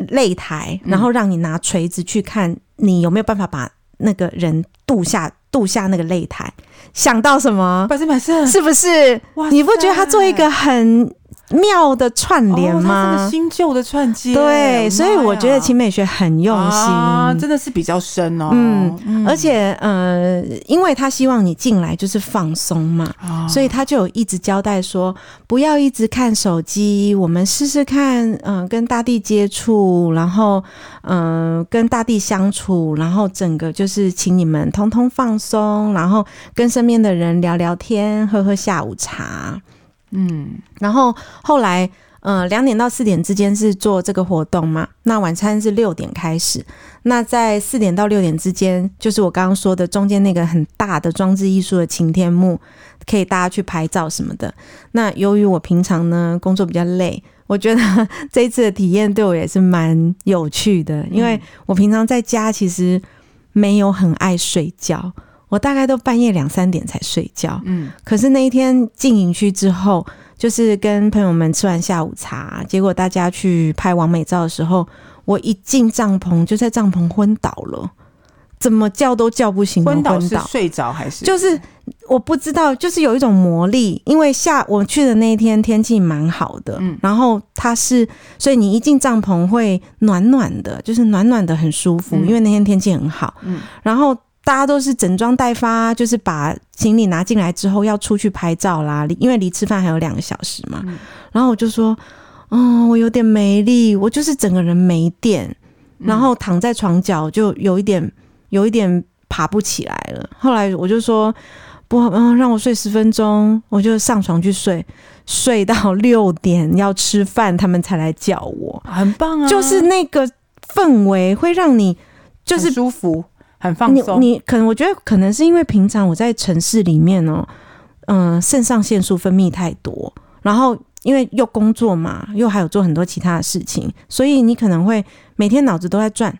Speaker 2: 擂台，然后让你拿锤子去看你有没有办法把那个人渡下渡下那个擂台。想到什
Speaker 3: <laughs>
Speaker 2: 么？
Speaker 3: 百分百胜，
Speaker 2: 是不是？
Speaker 3: 哇塞，
Speaker 2: 你不觉得他做一个很妙的串联
Speaker 3: 哦它是
Speaker 2: 吗
Speaker 3: 个？新旧的串接，
Speaker 2: 对，所以我觉得
Speaker 3: 其
Speaker 2: 秦美学很用心。
Speaker 3: 啊，真的是比较深哦，
Speaker 2: 嗯，而且呃，因为他希望你进来就是放松嘛，
Speaker 3: 啊
Speaker 2: 所以他就有一直交代说，不要一直看手机，我们试试看，嗯、跟大地接触，然后嗯、呃跟大地相处，然后整个就是请你们通通放松，然后跟身边的人聊聊天，喝喝下午茶，
Speaker 3: 嗯，
Speaker 2: 然后后来，呃，两点到四点之间是做这个活动嘛？那晚餐是六点开始。那在四点到六点之间，就是我刚刚说的中间那个很大的装置艺术的晴天幕，可以大家去拍照什么的。那由于我平常呢工作比较累，我觉得 <laughs> 这一次的体验对我也是蛮有趣的，因为我平常在家其实没有很爱睡觉，我大概都半夜两三点才睡觉。
Speaker 3: 嗯，
Speaker 2: 可是那一天进营区之后，就是跟朋友们吃完下午茶，结果大家去拍完美照的时候，我一进帐篷就在帐篷昏倒了，怎么叫都叫不醒的嗯
Speaker 3: 昏
Speaker 2: 昏
Speaker 3: 倒
Speaker 2: 倒，
Speaker 3: 是睡着还是
Speaker 2: 就是我不知道，就是有一种魔力，因为下我去的那一天天气蛮好的，
Speaker 3: 嗯
Speaker 2: 然后它是，所以你一进帐篷会暖暖的，就是暖暖的很舒服，
Speaker 3: 嗯
Speaker 2: 因为那天天气很好，
Speaker 3: 嗯
Speaker 2: 然后。大家都是整装待发，就是把行李拿进来之后要出去拍照啦，离因为离吃饭还有两个小时嘛。
Speaker 3: 嗯
Speaker 2: 然后我就说，嗯，我有点没力，我就是整个人没电，然后躺在床角就有一点有一点爬不起来了。后来我就说不，嗯，让我睡十分钟，我就上床去睡，睡到六点要吃饭，他们才来叫我。
Speaker 3: 很棒啊，
Speaker 2: 就是那个氛围会让你
Speaker 3: 就
Speaker 2: 就是是
Speaker 3: 舒服，很放
Speaker 2: 你
Speaker 3: 松。
Speaker 2: 你可能我觉得可能是因为平常我在城市里面哦，嗯、肾上腺素分泌太多，然后因为又工作嘛，又还有做很多其他的事情，所以你可能会每天脑子都在转，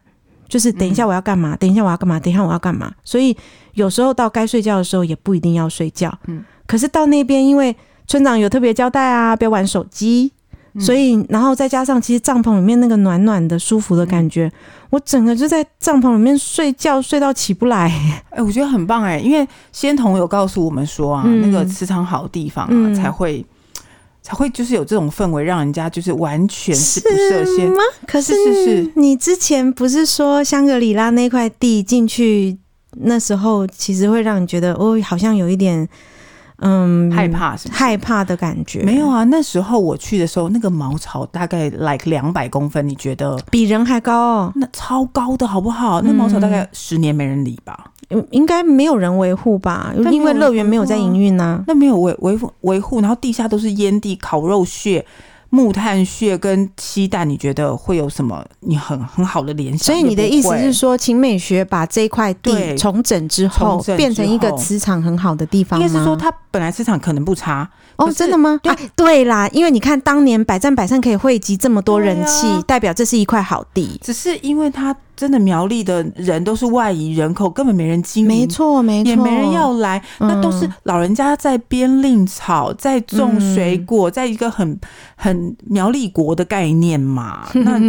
Speaker 2: 就是等一
Speaker 3: 嗯
Speaker 2: 下我要干嘛，等一下我要干嘛，等一下我要干嘛，所以有时候到该睡觉的时候也不一定要睡觉，
Speaker 3: 嗯
Speaker 2: 嗯，可是到那边因为村长有特别交代啊，不要玩手机。
Speaker 3: 嗯
Speaker 2: 所以，然后再加上，其实帐篷里面那个暖暖的、舒服的
Speaker 3: 嗯
Speaker 2: 感觉，我整个就在帐篷里面睡觉，睡到起不来。
Speaker 3: 哎、我觉得很棒哎、因为仙童有告诉我们说啊，
Speaker 2: 嗯
Speaker 3: 那个磁场好的地方啊，
Speaker 2: 嗯
Speaker 3: 才会才会就是有这种氛围，让人家就是完全是不设限。
Speaker 2: 吗？ <laughs> 可
Speaker 3: 是是是
Speaker 2: 你之前不是说香格里拉那块地进去那时候，其实会让你觉得哦，好像有一点嗯
Speaker 3: 害怕是不是
Speaker 2: 害怕的感觉。
Speaker 3: 没有，啊，那时候我去的时候，那个茅草大概 like 两百公分，你觉得
Speaker 2: 比人还高哦，
Speaker 3: 那超高的好不好？那茅草大概十年没人理吧？
Speaker 2: 嗯应该没有人维护啊吧？
Speaker 3: 但
Speaker 2: 因为
Speaker 3: 没有人
Speaker 2: 乐园没有在营运啊。
Speaker 3: 那没有维维护维护，然后地下都是烟蒂、烤肉屑、木炭屑跟鸡蛋，你觉得会有什么你很很好的联想？
Speaker 2: 所以你的
Speaker 3: 也不
Speaker 2: 意思
Speaker 3: 会
Speaker 2: 是说，秦美学把这块
Speaker 3: 对
Speaker 2: 地重整之后
Speaker 3: 重整之后，
Speaker 2: 变成一个磁场很好的地方
Speaker 3: 应
Speaker 2: 吗？
Speaker 3: 该是说，它本来市场可能不差，可
Speaker 2: 哦，
Speaker 3: 是
Speaker 2: 真的吗？
Speaker 3: 对
Speaker 2: 啊，对啦，因为你看当年百战百胜可以汇集这么多人气，
Speaker 3: 对啊
Speaker 2: 代表这是一块好地。
Speaker 3: 只是因为它真的苗栗的人都是外移人口，根本没人经营，
Speaker 2: 没错，没错，
Speaker 3: 嗯也没人要来，
Speaker 2: 嗯嗯
Speaker 3: 那都是老人家在边令草，在种水果，在一个很很苗栗国的概
Speaker 2: <laughs>
Speaker 3: 念嘛。那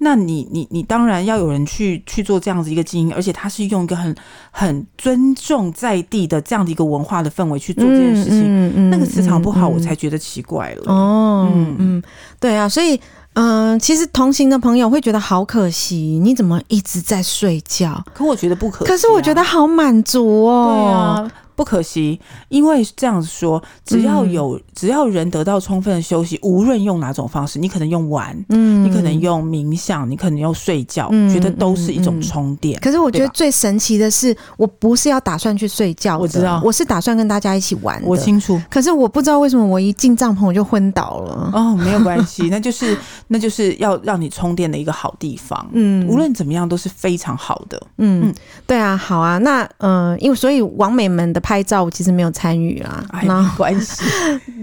Speaker 3: 那你你你当然要有人去去做这样子一个经营，而且他是用一个很很尊重在地的这样的一个文化的氛围去做这件事情。
Speaker 2: 嗯嗯嗯
Speaker 3: 那个磁场不好，
Speaker 2: 嗯嗯
Speaker 3: 我才觉得奇怪了。
Speaker 2: 哦，
Speaker 3: 嗯
Speaker 2: 嗯对啊，所以嗯、呃其实同行的朋友会觉得好可惜，你怎么一直在睡觉？
Speaker 3: 可我觉得不可惜啊、
Speaker 2: 可是我觉得好满足哦。
Speaker 3: 对啊，不可惜，因为这样子说，只要有、只要人得到充分的休息，无论用哪种方式，你可能用玩，
Speaker 2: 嗯
Speaker 3: 你可能用冥想，你可能用睡觉，
Speaker 2: 嗯
Speaker 3: 觉得都是一种充电。
Speaker 2: 可是我觉
Speaker 3: 对
Speaker 2: 得
Speaker 3: 吧
Speaker 2: 最神奇的是，我不是要打算去睡觉的，
Speaker 3: 我知道
Speaker 2: 我是打算跟大家一起玩的。
Speaker 3: 我清楚
Speaker 2: 可是我不知道为什么我一进帐篷我就昏倒了。
Speaker 3: <laughs> 哦，没有关系，那就是那就是要让你充电的一个好地方。
Speaker 2: 嗯
Speaker 3: 无论怎么样都是非常好的。嗯
Speaker 2: 嗯，对啊，好啊，那呃，因为所以网美们的拍照我其实没有参与啦，
Speaker 3: 哎，没
Speaker 2: 那
Speaker 3: 关 <laughs> 系，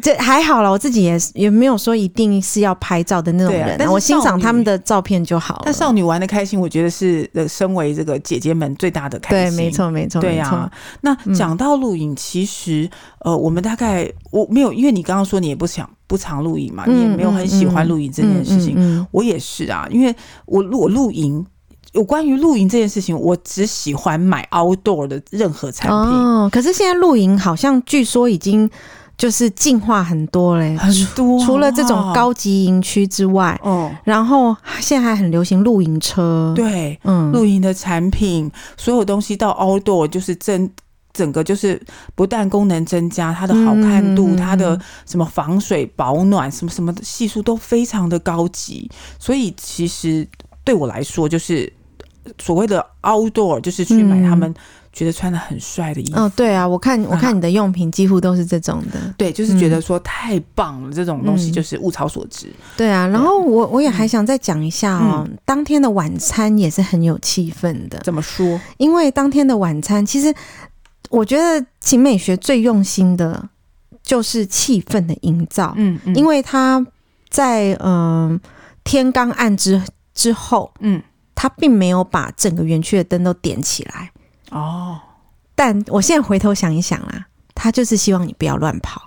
Speaker 2: 这还好了，我自己也是也没有说一定是要拍照的那种
Speaker 3: 对啊
Speaker 2: 人、
Speaker 3: 但是
Speaker 2: 我欣
Speaker 3: 少
Speaker 2: 赏
Speaker 3: 女
Speaker 2: 他们的照片就好了。
Speaker 3: 但少女玩的开心，我觉得是呃，身为这个姐姐们最大的开
Speaker 2: 对，嗯
Speaker 3: 心。
Speaker 2: 没。错，没错，
Speaker 3: 对啊
Speaker 2: 没
Speaker 3: 呀、
Speaker 2: 错，
Speaker 3: 那讲到露营，其实呃，我们大概我没有，因为你刚刚说你也不想不常露营嘛，你也没有很喜欢露营这件事情。
Speaker 2: 嗯嗯嗯嗯
Speaker 3: 我也是啊，因为我如果露营，有关于露营这件事情，我只喜欢买 outdoor 的任何产品。
Speaker 2: 哦，可是现在露营好像据说已经就是进化很多嘞，
Speaker 3: 很多啊
Speaker 2: 除了这
Speaker 3: 好不
Speaker 2: 种
Speaker 3: 好
Speaker 2: 高嗯级营区之外，
Speaker 3: 哦，
Speaker 2: 然后现在还很流行露营车。，
Speaker 3: 对，啊
Speaker 2: 嗯，
Speaker 3: 露营的产品，所有东西到 outdoor 就是增整个就是不但功能增加，它的好看度，
Speaker 2: 嗯
Speaker 3: 它的什么防水、保暖什么什么的系数都非常的高级，所以其实对我来说，就是所谓的 outdoor，就是去买
Speaker 2: 嗯
Speaker 3: 他们觉得穿的很帅的衣服。
Speaker 2: 哦，对啊，我看我
Speaker 3: 嗯
Speaker 2: 看你的用品几乎都是这种的，
Speaker 3: 对，就是觉得说太棒了，这种东西
Speaker 2: 嗯
Speaker 3: 就是物超所值。
Speaker 2: 对啊。然后我我也
Speaker 3: 嗯
Speaker 2: 还想再讲一下哦，当天的晚餐也是很有气氛的，
Speaker 3: 怎么说？
Speaker 2: 因为当天的晚餐其实我觉得秦美学最用心的就是气氛的营造，
Speaker 3: 嗯，嗯
Speaker 2: 因为他在嗯、呃天刚暗之之后，
Speaker 3: 嗯
Speaker 2: 他并没有把整个园区的灯都点起来，
Speaker 3: 哦，
Speaker 2: 但我现在回头想一想啦，他就是希望你不要乱跑。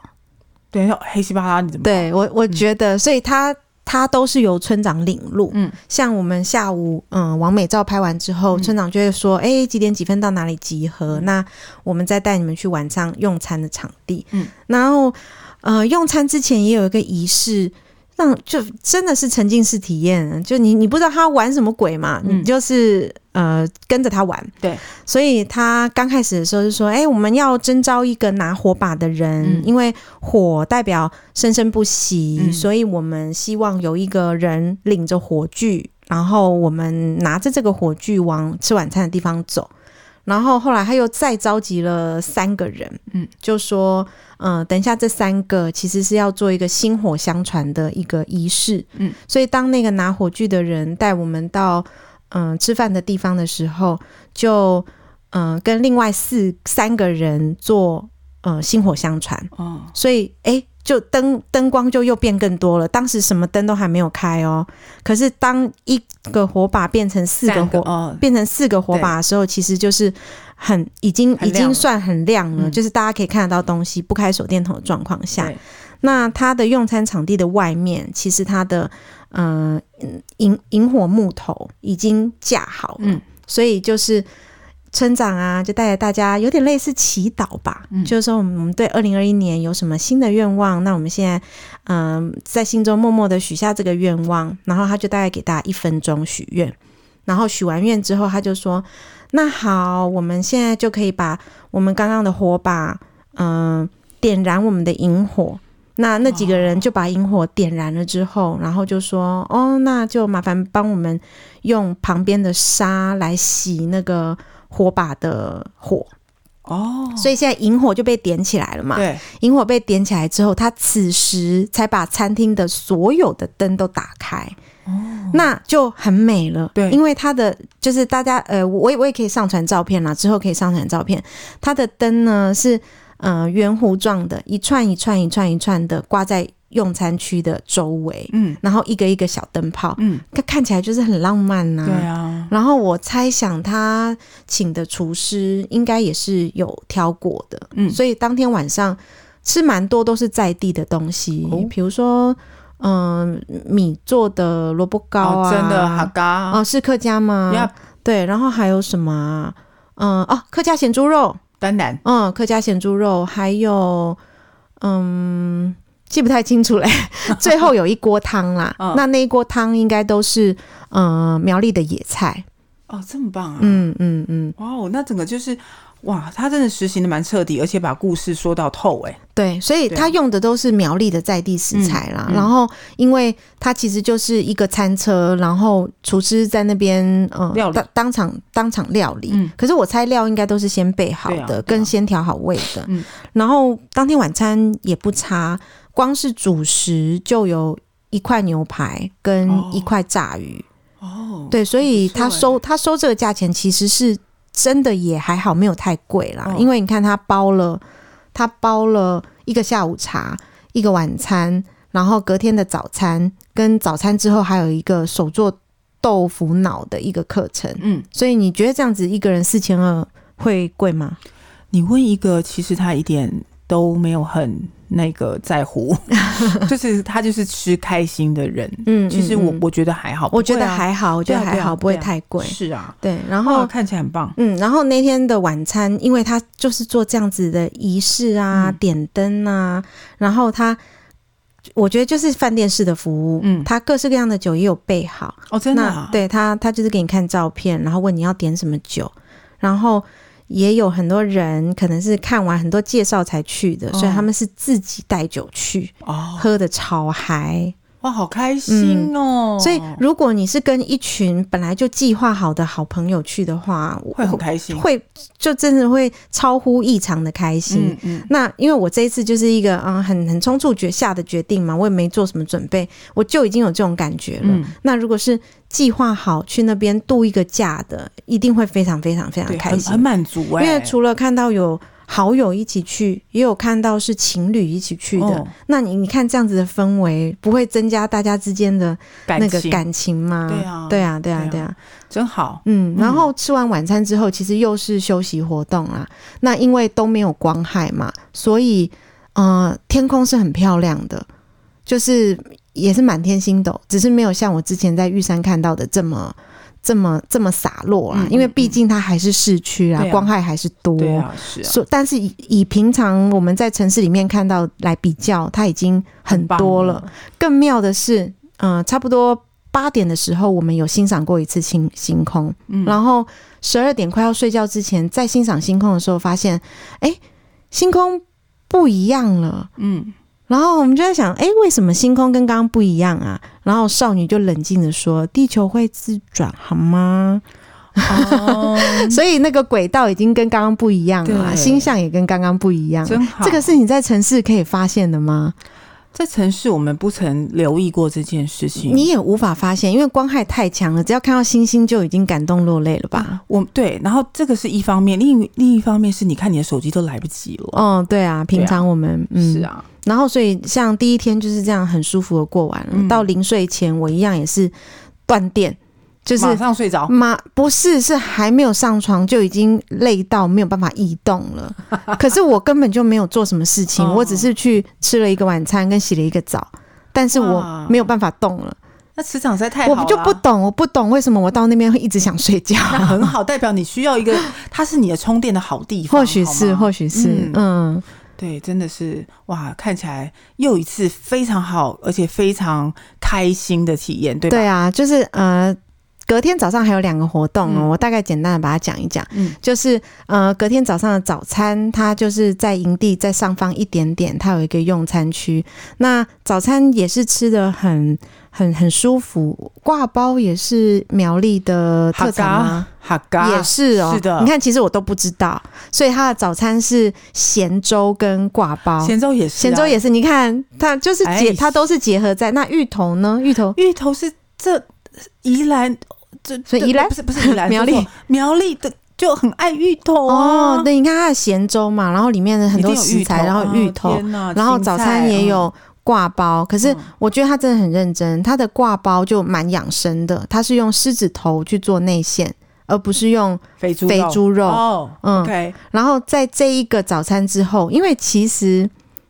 Speaker 3: 对，黑漆巴拉，你怎么
Speaker 2: 对我，我
Speaker 3: 嗯
Speaker 2: 觉得，所以他他都是由村长领路。
Speaker 3: 嗯
Speaker 2: 嗯，像我们下午，嗯，王美照拍完之后，
Speaker 3: 嗯
Speaker 2: 村长就会说，哎、几点几分到哪里集合？那我们再带你们去晚上用餐的场地。
Speaker 3: 嗯
Speaker 2: 嗯，然后呃，用餐之前也有一个仪式。让就真的是沉浸式体验，就你你不知道他玩什么鬼嘛，
Speaker 3: 嗯
Speaker 2: 你就是呃跟着他玩。
Speaker 3: 对，
Speaker 2: 所以他刚开始的时候就说：“哎、我们要征召一个拿火把的人，
Speaker 3: 嗯
Speaker 2: 因为火代表生生不息，
Speaker 3: 嗯
Speaker 2: 所以我们希望有一个人领着火炬，然后我们拿着这个火炬往吃晚餐的地方走。”然后后来他又再召集了三个人，
Speaker 3: 嗯
Speaker 2: 嗯，就说，嗯、等一下这三个其实是要做一个薪火相传的一个仪式，
Speaker 3: 嗯
Speaker 2: 嗯，所以当那个拿火炬的人带我们到嗯、吃饭的地方的时候，就嗯、呃跟另外四三个人做呃薪火相传，
Speaker 3: 哦，
Speaker 2: 所以哎、诶就灯灯光就又变更多了。当时什么灯都还没有开哦，可是当一个火把变成四个
Speaker 3: 三
Speaker 2: 火，
Speaker 3: 哦，
Speaker 2: 变成四个火把的时候，其实就是很已经
Speaker 3: 很
Speaker 2: 已
Speaker 3: 亮
Speaker 2: 经
Speaker 3: 了
Speaker 2: 算很亮了，
Speaker 3: 嗯
Speaker 2: 就是大家可以看得到东西，不开手电筒的状况下，
Speaker 3: 对
Speaker 2: 那它的用餐场地的外面，其实它的呃嗯引引火木头已经架好了，
Speaker 3: 嗯
Speaker 2: 所以就是。村长啊，就带着大家有点类似祈祷吧，
Speaker 3: 嗯
Speaker 2: 就是说我们对二零二一年有什么新的愿望，那我们现在嗯、在心中默默的许下这个愿望，然后他就大概给大家一分钟许愿，然后许完愿之后，他就说：“那好，我们现在就可以把我们刚刚的火把，嗯、点燃我们的萤火。”那那几个人就把萤火点燃了之后，然后就说：“哦，那就麻烦帮我们用旁边的沙来洗那个火把的火。
Speaker 3: 哦，
Speaker 2: 所以现在萤火就被点起来了嘛。
Speaker 3: 对，
Speaker 2: 萤火被点起来之后，他此时才把餐厅的所有的灯都打开。那就很美了，
Speaker 3: 哦对
Speaker 2: 因为它的就是大家呃，我也我也可以上传照片啦，之后可以上传照片。它的灯呢是呃圆弧状的，一串一串一串一串的挂在用餐区的周围，
Speaker 3: 嗯
Speaker 2: 然后一个一个小灯泡，
Speaker 3: 嗯，
Speaker 2: 它看起来就是很浪漫呐、
Speaker 3: 对啊，
Speaker 2: 然后我猜想他请的厨师应该也是有挑过的，
Speaker 3: 嗯
Speaker 2: 所以当天晚上吃蛮多都是在地的东西，
Speaker 3: 哦
Speaker 2: 比如说嗯、米做的萝卜糕啊，
Speaker 3: 哦真的哈嘎
Speaker 2: 哦，是客家吗
Speaker 3: Yup
Speaker 2: 对，然后还有什么啊？嗯哦，客家咸猪肉，
Speaker 3: 当然
Speaker 2: 嗯，客家咸猪肉，还有嗯，记不太清楚
Speaker 3: <laughs>
Speaker 2: 嘞。最后有一锅汤啦，
Speaker 3: 嗯
Speaker 2: 那那一锅汤应该都是嗯苗栗的野菜，
Speaker 3: 哦，这么棒啊，
Speaker 2: 嗯嗯嗯，
Speaker 3: 哇哦，那整个就是哇，他真的实行的蛮彻底，而且把故事说到透、哎，
Speaker 2: 对，所以
Speaker 3: 对
Speaker 2: 他用的都是苗栗的在地食材啦。
Speaker 3: 嗯嗯
Speaker 2: 然后，因为它其实就是一个餐车，然后厨师在那边呃
Speaker 3: 料理
Speaker 2: 当当场当场料理。
Speaker 3: 嗯
Speaker 2: 可是我猜料应该都是先备好
Speaker 3: 对啊对
Speaker 2: 的，
Speaker 3: 啊
Speaker 2: 跟先调好味的。
Speaker 3: 嗯
Speaker 2: 然后当天晚餐也不差，光是主食就有一块牛排跟
Speaker 3: 哦
Speaker 2: 一块炸鱼。
Speaker 3: 哦，
Speaker 2: 对，所以他
Speaker 3: 不错欸
Speaker 2: 收、他收这个价钱，其实是真的也还好，没有太贵啦。
Speaker 3: 嗯
Speaker 2: 因为你看他包了，他包了一个下午茶，一个晚餐，然后隔天的早餐，跟早餐之后还有一个手做豆腐脑的一个课程。
Speaker 3: 嗯，
Speaker 2: 所以你觉得这样子一个人四千二会贵吗？
Speaker 3: 你问一个，其实他一点都没有很那个在
Speaker 2: <laughs>
Speaker 3: 乎，就是他就是吃开心的人。
Speaker 2: 嗯，
Speaker 3: 其实
Speaker 2: 嗯
Speaker 3: 我
Speaker 2: 嗯
Speaker 3: 我觉得还好，
Speaker 2: 我觉得
Speaker 3: 不会啊
Speaker 2: 还好，我觉得
Speaker 3: 对啊
Speaker 2: 还
Speaker 3: 对啊
Speaker 2: 好，不会
Speaker 3: 对啊
Speaker 2: 太贵。
Speaker 3: 是啊，
Speaker 2: 对，然后
Speaker 3: 哇，看起来很棒，
Speaker 2: 嗯，然后那天的晚餐，因为他就是做这样子的仪式啊，
Speaker 3: 嗯
Speaker 2: 点灯啊，然后他，我觉得就是饭店式的服务，
Speaker 3: 嗯
Speaker 2: 他各式各样的酒也有备好，
Speaker 3: 哦，真的、啊
Speaker 2: 那，，对他，他就是给你看照片，然后问你要点什么酒，然后也有很多人可能是看完很多介绍才去的，所以
Speaker 3: 哦
Speaker 2: 他们是自己带酒去，
Speaker 3: 哦，
Speaker 2: 喝的超嗨，
Speaker 3: 哇，好开心哦，
Speaker 2: 嗯所以如果你是跟一群本来就计划好的好朋友去的话，
Speaker 3: 会
Speaker 2: 我
Speaker 3: 很开心，
Speaker 2: 会就真的会超乎异常的开心。
Speaker 3: 嗯嗯，
Speaker 2: 那因为我这一次就是一个啊、嗯很很冲促决下的决定嘛，我也没做什么准备，我就已经有这种感觉了。
Speaker 3: 嗯
Speaker 2: 那如果是计划好去那边度一个假的，一定会非常非常非常
Speaker 3: 对，
Speaker 2: 开
Speaker 3: 很
Speaker 2: 心，
Speaker 3: 很满足哎、
Speaker 2: 因为除了看到有好友一起去，也有看到是情侣一起去的。
Speaker 3: 哦
Speaker 2: 那你你看这样子的氛围，不会增加大家之间的
Speaker 3: 感
Speaker 2: 那
Speaker 3: 情
Speaker 2: 个感情吗？
Speaker 3: 对啊
Speaker 2: 对啊，对啊，
Speaker 3: 对啊
Speaker 2: 对啊。
Speaker 3: 真好，
Speaker 2: 嗯，然
Speaker 3: 嗯
Speaker 2: 后吃完晚餐之后，其实又是休息活动啦。那因为都没有光害嘛，所以呃，天空是很漂亮的，就是也是满天星斗，只是没有像我之前在玉山看到的这么这么这么洒落啦。
Speaker 3: 嗯嗯
Speaker 2: 因为毕竟它还是市区啊，
Speaker 3: 对啊
Speaker 2: 光害还是多。
Speaker 3: 对啊，是啊，
Speaker 2: 所但是以以平常我们在城市里面看到来比较，它已经很
Speaker 3: 棒
Speaker 2: 多了。，更妙的是，嗯、差不多八点的时候，我们有欣赏过一次星星空，
Speaker 3: 嗯
Speaker 2: 然后十二点快要睡觉之前，在欣赏星空的时候，发现，哎、星空不一样了。
Speaker 3: 嗯，
Speaker 2: 然后我们就在想，哎、为什么星空跟刚刚不一样啊？然后少女就冷静的说：“地球会自转，好吗？”
Speaker 3: 哦，
Speaker 2: 所以那个轨道已经跟刚刚不一样了啊，
Speaker 3: 对
Speaker 2: 星象也跟刚刚不一样了。
Speaker 3: <laughs> 真好，
Speaker 2: 这个是你在城市可以发现的吗？
Speaker 3: 在城市我们不曾留意过这件事情。
Speaker 2: 你也无法发现，因为光害太强了，只要看到星星就已经感动落泪了吧？
Speaker 3: 我对，然后这个是一方面，另一另一方面是你看你的手机都来不及了。
Speaker 2: 哦，对啊，平常我们、嗯
Speaker 3: 是，啊，
Speaker 2: 然后所以像第一天就是这样很舒服的过完了，
Speaker 3: 嗯
Speaker 2: 到临睡前我一样也是断电，就是嗯
Speaker 3: 马上睡着，
Speaker 2: 妈不是，是还没有上床就已经累到没有办法移动了。
Speaker 3: <laughs>
Speaker 2: 可是我根本就没有做什么事情，
Speaker 3: 哦
Speaker 2: 我只是去吃了一个晚餐跟洗了一个澡，但是我
Speaker 3: 哇
Speaker 2: 没有办法动了。
Speaker 3: 那磁场实在太好
Speaker 2: 我
Speaker 3: 了，啊
Speaker 2: 就不懂，我不懂为什么我到那边会一直想睡
Speaker 3: <laughs>
Speaker 2: 觉。
Speaker 3: 那很好，代表你需要一个，它是你的充电的好地方。
Speaker 2: 或许是，
Speaker 3: 好吗
Speaker 2: 或许是，嗯，
Speaker 3: 对，真的是哇，看起来又一次非常好，而且非常开心的体验，对吧？
Speaker 2: 对啊，就是呃，隔天早上还有两个活动哦，
Speaker 3: 嗯
Speaker 2: 我大概简单的把它讲一讲。
Speaker 3: 嗯
Speaker 2: 就是呃，隔天早上的早餐，它就是在营地在上方一点点，它有一个用餐区。那早餐也是吃的很很很舒服，挂包也是苗栗的特产吗？
Speaker 3: 哈嘎
Speaker 2: 也是哦，
Speaker 3: 是的
Speaker 2: 你看，其实我都不知道，所以它的早餐是咸粥跟挂包。
Speaker 3: 咸粥也是、啊，
Speaker 2: 咸粥也是，你看它就是结，
Speaker 3: 哎
Speaker 2: 它都是结合在。那芋头呢？芋头
Speaker 3: 芋头是这宜兰，这
Speaker 2: 所以宜兰
Speaker 3: 不是不是宜
Speaker 2: <laughs>
Speaker 3: 兰
Speaker 2: 苗栗
Speaker 3: 说错苗栗的就很爱芋头啊，
Speaker 2: 哦，对，你看它的咸粥嘛，然后里面的很
Speaker 3: 一定
Speaker 2: 多
Speaker 3: 有
Speaker 2: 食
Speaker 3: 芋头啊，
Speaker 2: 材，然后有芋头，
Speaker 3: 天哪
Speaker 2: 然后早餐也。
Speaker 3: 青菜
Speaker 2: 有挂包。可是
Speaker 3: 嗯
Speaker 2: 我觉得它真的很认真，它的挂包就蛮养生的，它是用狮子头去做内馅，而不是用
Speaker 3: 嗯肥猪
Speaker 2: 肥猪肉。
Speaker 3: 哦
Speaker 2: 嗯
Speaker 3: ，OK，
Speaker 2: 然后在这一个早餐之后，因为其实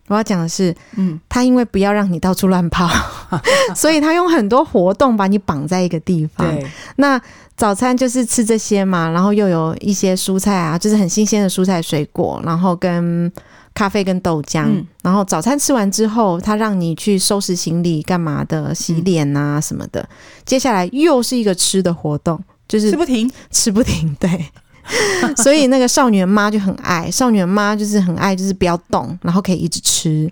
Speaker 2: 我要讲的是，
Speaker 3: 嗯，
Speaker 2: 它因为不要让你到处乱跑， <laughs> 所以它用很多活动把你绑在一个地方。
Speaker 3: 对，
Speaker 2: 那早餐就是吃这些嘛，然后又有一些蔬菜啊，就是很新鲜的蔬菜水果，然后跟咖啡跟豆浆。
Speaker 3: 嗯
Speaker 2: 然后早餐吃完之后，他让你去收拾行李干嘛的，洗脸啊什么的。接下来又是一个吃的活动，就是
Speaker 3: 吃不停，
Speaker 2: 吃不停，对。 <laughs> 所以那个少女妈就很爱，少女妈就是很爱，就是不要动，然后可以一直吃，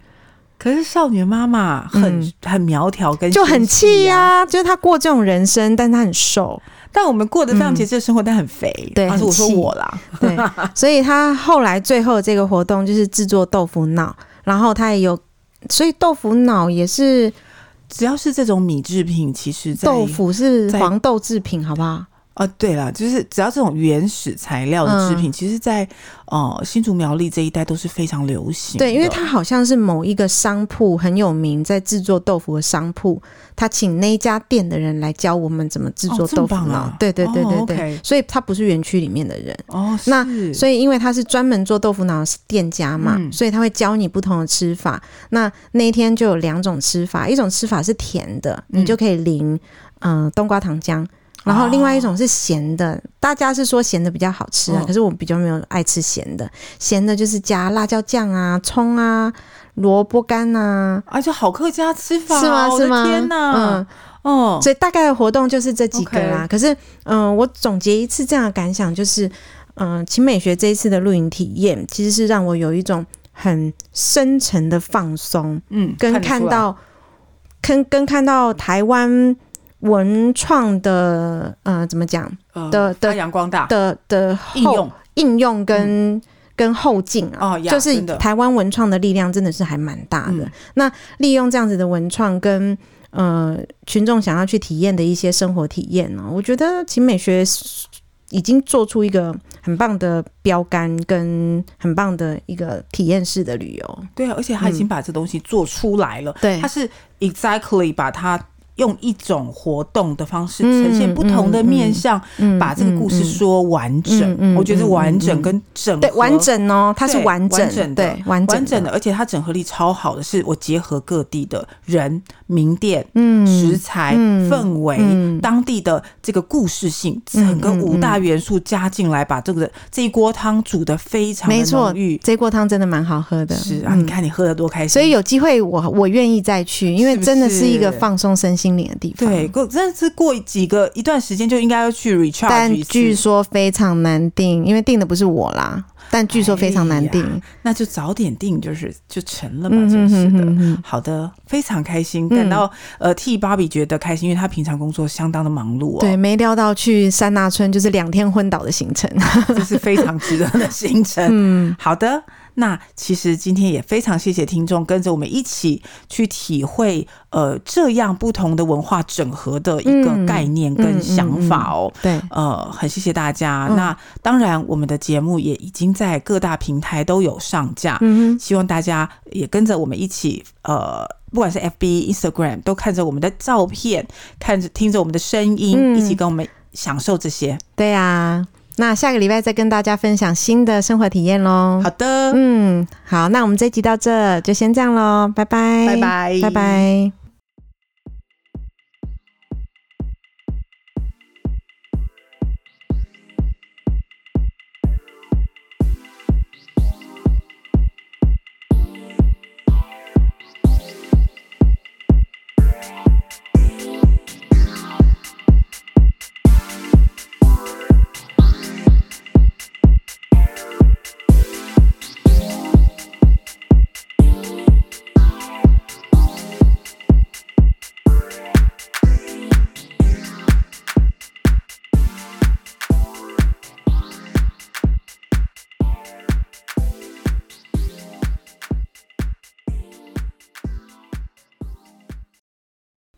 Speaker 3: 可是少女妈妈很、
Speaker 2: 嗯
Speaker 3: 很苗条跟纤细
Speaker 2: 就
Speaker 3: 啊
Speaker 2: 很气呀、就是她过这种人生，但她很瘦，
Speaker 3: 但我们过得非常节制的生活，但很肥。
Speaker 2: 嗯对
Speaker 3: 但是我说
Speaker 2: 很气
Speaker 3: 我啦，
Speaker 2: <laughs> 对，所以他后来最后这个活动就是制作豆腐脑，然后他也有，所以豆腐脑也是
Speaker 3: 只要是这种米制品，其实在
Speaker 2: 豆腐是
Speaker 3: 在
Speaker 2: 黄豆制品，好不好？
Speaker 3: 啊，对啦，就是只要这种原始材料的
Speaker 2: 嗯
Speaker 3: 制品，其实在，呃新竹苗栗这一带都是非常流行的。
Speaker 2: 对，因为他好像是某一个商铺很有名，在制作豆腐的商铺，他请那一家店的人来教我们怎么制作
Speaker 3: 哦这
Speaker 2: 豆
Speaker 3: 么
Speaker 2: 腐
Speaker 3: 棒
Speaker 2: 脑。
Speaker 3: 啊
Speaker 2: 对对对
Speaker 3: 哦
Speaker 2: 对对，
Speaker 3: OK
Speaker 2: 所以他不是园区里面的人。
Speaker 3: 哦，
Speaker 2: 那
Speaker 3: 是
Speaker 2: 所以，因为他是专门做豆腐脑的店家嘛，
Speaker 3: 嗯
Speaker 2: 所以他会教你不同的吃法。那那一天就有两种吃法，一种吃法是甜的，
Speaker 3: 嗯
Speaker 2: 你就可以淋嗯、呃冬瓜糖浆。然后另外一种是咸
Speaker 3: 哦
Speaker 2: 的，大家是说咸的比较好吃啊，
Speaker 3: 嗯
Speaker 2: 可是我比较没有爱吃咸的，咸的就是加辣椒酱啊、葱啊、萝卜干啊，
Speaker 3: 啊，就好客家吃法，
Speaker 2: 是吗？
Speaker 3: 我
Speaker 2: 是
Speaker 3: 的
Speaker 2: 吗？
Speaker 3: 天哪
Speaker 2: 嗯，，
Speaker 3: 哦，
Speaker 2: 所以大概的活动就是这几个啦。可是，嗯、我总结一次这样的感想就是，嗯、秦美学这一次的露营体验，其实是让我有一种很深沉的放松，
Speaker 3: 嗯，
Speaker 2: 跟
Speaker 3: 得出
Speaker 2: 看
Speaker 3: 来
Speaker 2: 到，跟跟看到台湾文创的，呃，怎么讲
Speaker 3: 呃
Speaker 2: 的的
Speaker 3: 发扬光大
Speaker 2: 的的后
Speaker 3: 应用嗯
Speaker 2: 应用跟、跟后劲啊。
Speaker 3: 哦，呀
Speaker 2: 就是
Speaker 3: 真的
Speaker 2: 台湾文创的力量真的是还蛮大的
Speaker 3: 嗯。
Speaker 2: 那利用这样子的文创跟呃群众想要去体验的一些生活体验呢、我觉得秦美学已经做出一个很棒的标杆跟很棒的一个体验式的旅游。
Speaker 3: 对啊，而且他已
Speaker 2: 嗯
Speaker 3: 经把这东西做出来了，
Speaker 2: 对
Speaker 3: 他是 exactly 把它用一种活动的方式呈现不同的面向，
Speaker 2: 嗯
Speaker 3: 把这个故事说完整。
Speaker 2: 嗯嗯嗯
Speaker 3: 我觉得完整
Speaker 2: 嗯
Speaker 3: 跟整合
Speaker 2: 对完整哦，它是
Speaker 3: 对
Speaker 2: 完整，
Speaker 3: 完整的
Speaker 2: 对完整
Speaker 3: 完整的，而且它整合力超好的，是我结合各地的人、名店、
Speaker 2: 嗯
Speaker 3: 食材、
Speaker 2: 嗯
Speaker 3: 氛围、
Speaker 2: 嗯
Speaker 3: 当地的这个故事性，
Speaker 2: 嗯
Speaker 3: 整个
Speaker 2: 嗯
Speaker 3: 五大元素加进来，把这个这一锅汤煮的非常的
Speaker 2: 没错
Speaker 3: 浓郁。
Speaker 2: 这锅汤真的蛮好喝的，
Speaker 3: 是啊，
Speaker 2: 嗯
Speaker 3: 你看你喝的多开心。
Speaker 2: 所以有机会我我愿意再去，因为
Speaker 3: 是不
Speaker 2: 真的是一个
Speaker 3: 是
Speaker 2: 放松身心灵的地方。
Speaker 3: 对，过真的是过几个一段时间就应该要去 recharge
Speaker 2: 但
Speaker 3: 一次
Speaker 2: 据说非常难定，因为定的不是我啦。但据说非常难定，
Speaker 3: 那就早点定，就是就成了嘛，
Speaker 2: 嗯哼
Speaker 3: 真是
Speaker 2: 哼
Speaker 3: 的。
Speaker 2: 哼哼，
Speaker 3: 好的，非常开心，感到、呃替芭比觉得开心，因为她平常工作相当的忙碌哦。
Speaker 2: 对，没料到去山
Speaker 3: <laughs>
Speaker 2: 那村就是两天昏倒的行程。 <laughs>
Speaker 3: 这是非常值得的行程。嗯，好的，那其实今天也非常谢谢听众跟着我们一起去体会，呃，这样不同的文化整合的一个
Speaker 4: 嗯
Speaker 3: 概念
Speaker 2: 嗯
Speaker 3: 跟
Speaker 2: 嗯
Speaker 3: 想法哦。
Speaker 2: 对，
Speaker 3: 呃，很谢谢大家。
Speaker 2: 嗯
Speaker 3: 那当然，我们的节目也已经在各大平台都有上架，
Speaker 2: 嗯
Speaker 3: 希望大家也跟着我们一起，呃，不管是 FB、Instagram，都看着我们的照片，看着听着我们的声音，
Speaker 2: 嗯
Speaker 3: 一起跟我们享受这些。
Speaker 2: 哼，对啊。那下个礼拜再跟大家分享新的生活体验喽。
Speaker 3: 好的，
Speaker 2: 嗯，好，那我们这集到这就先这样喽，拜拜，
Speaker 3: 拜拜
Speaker 2: 拜拜。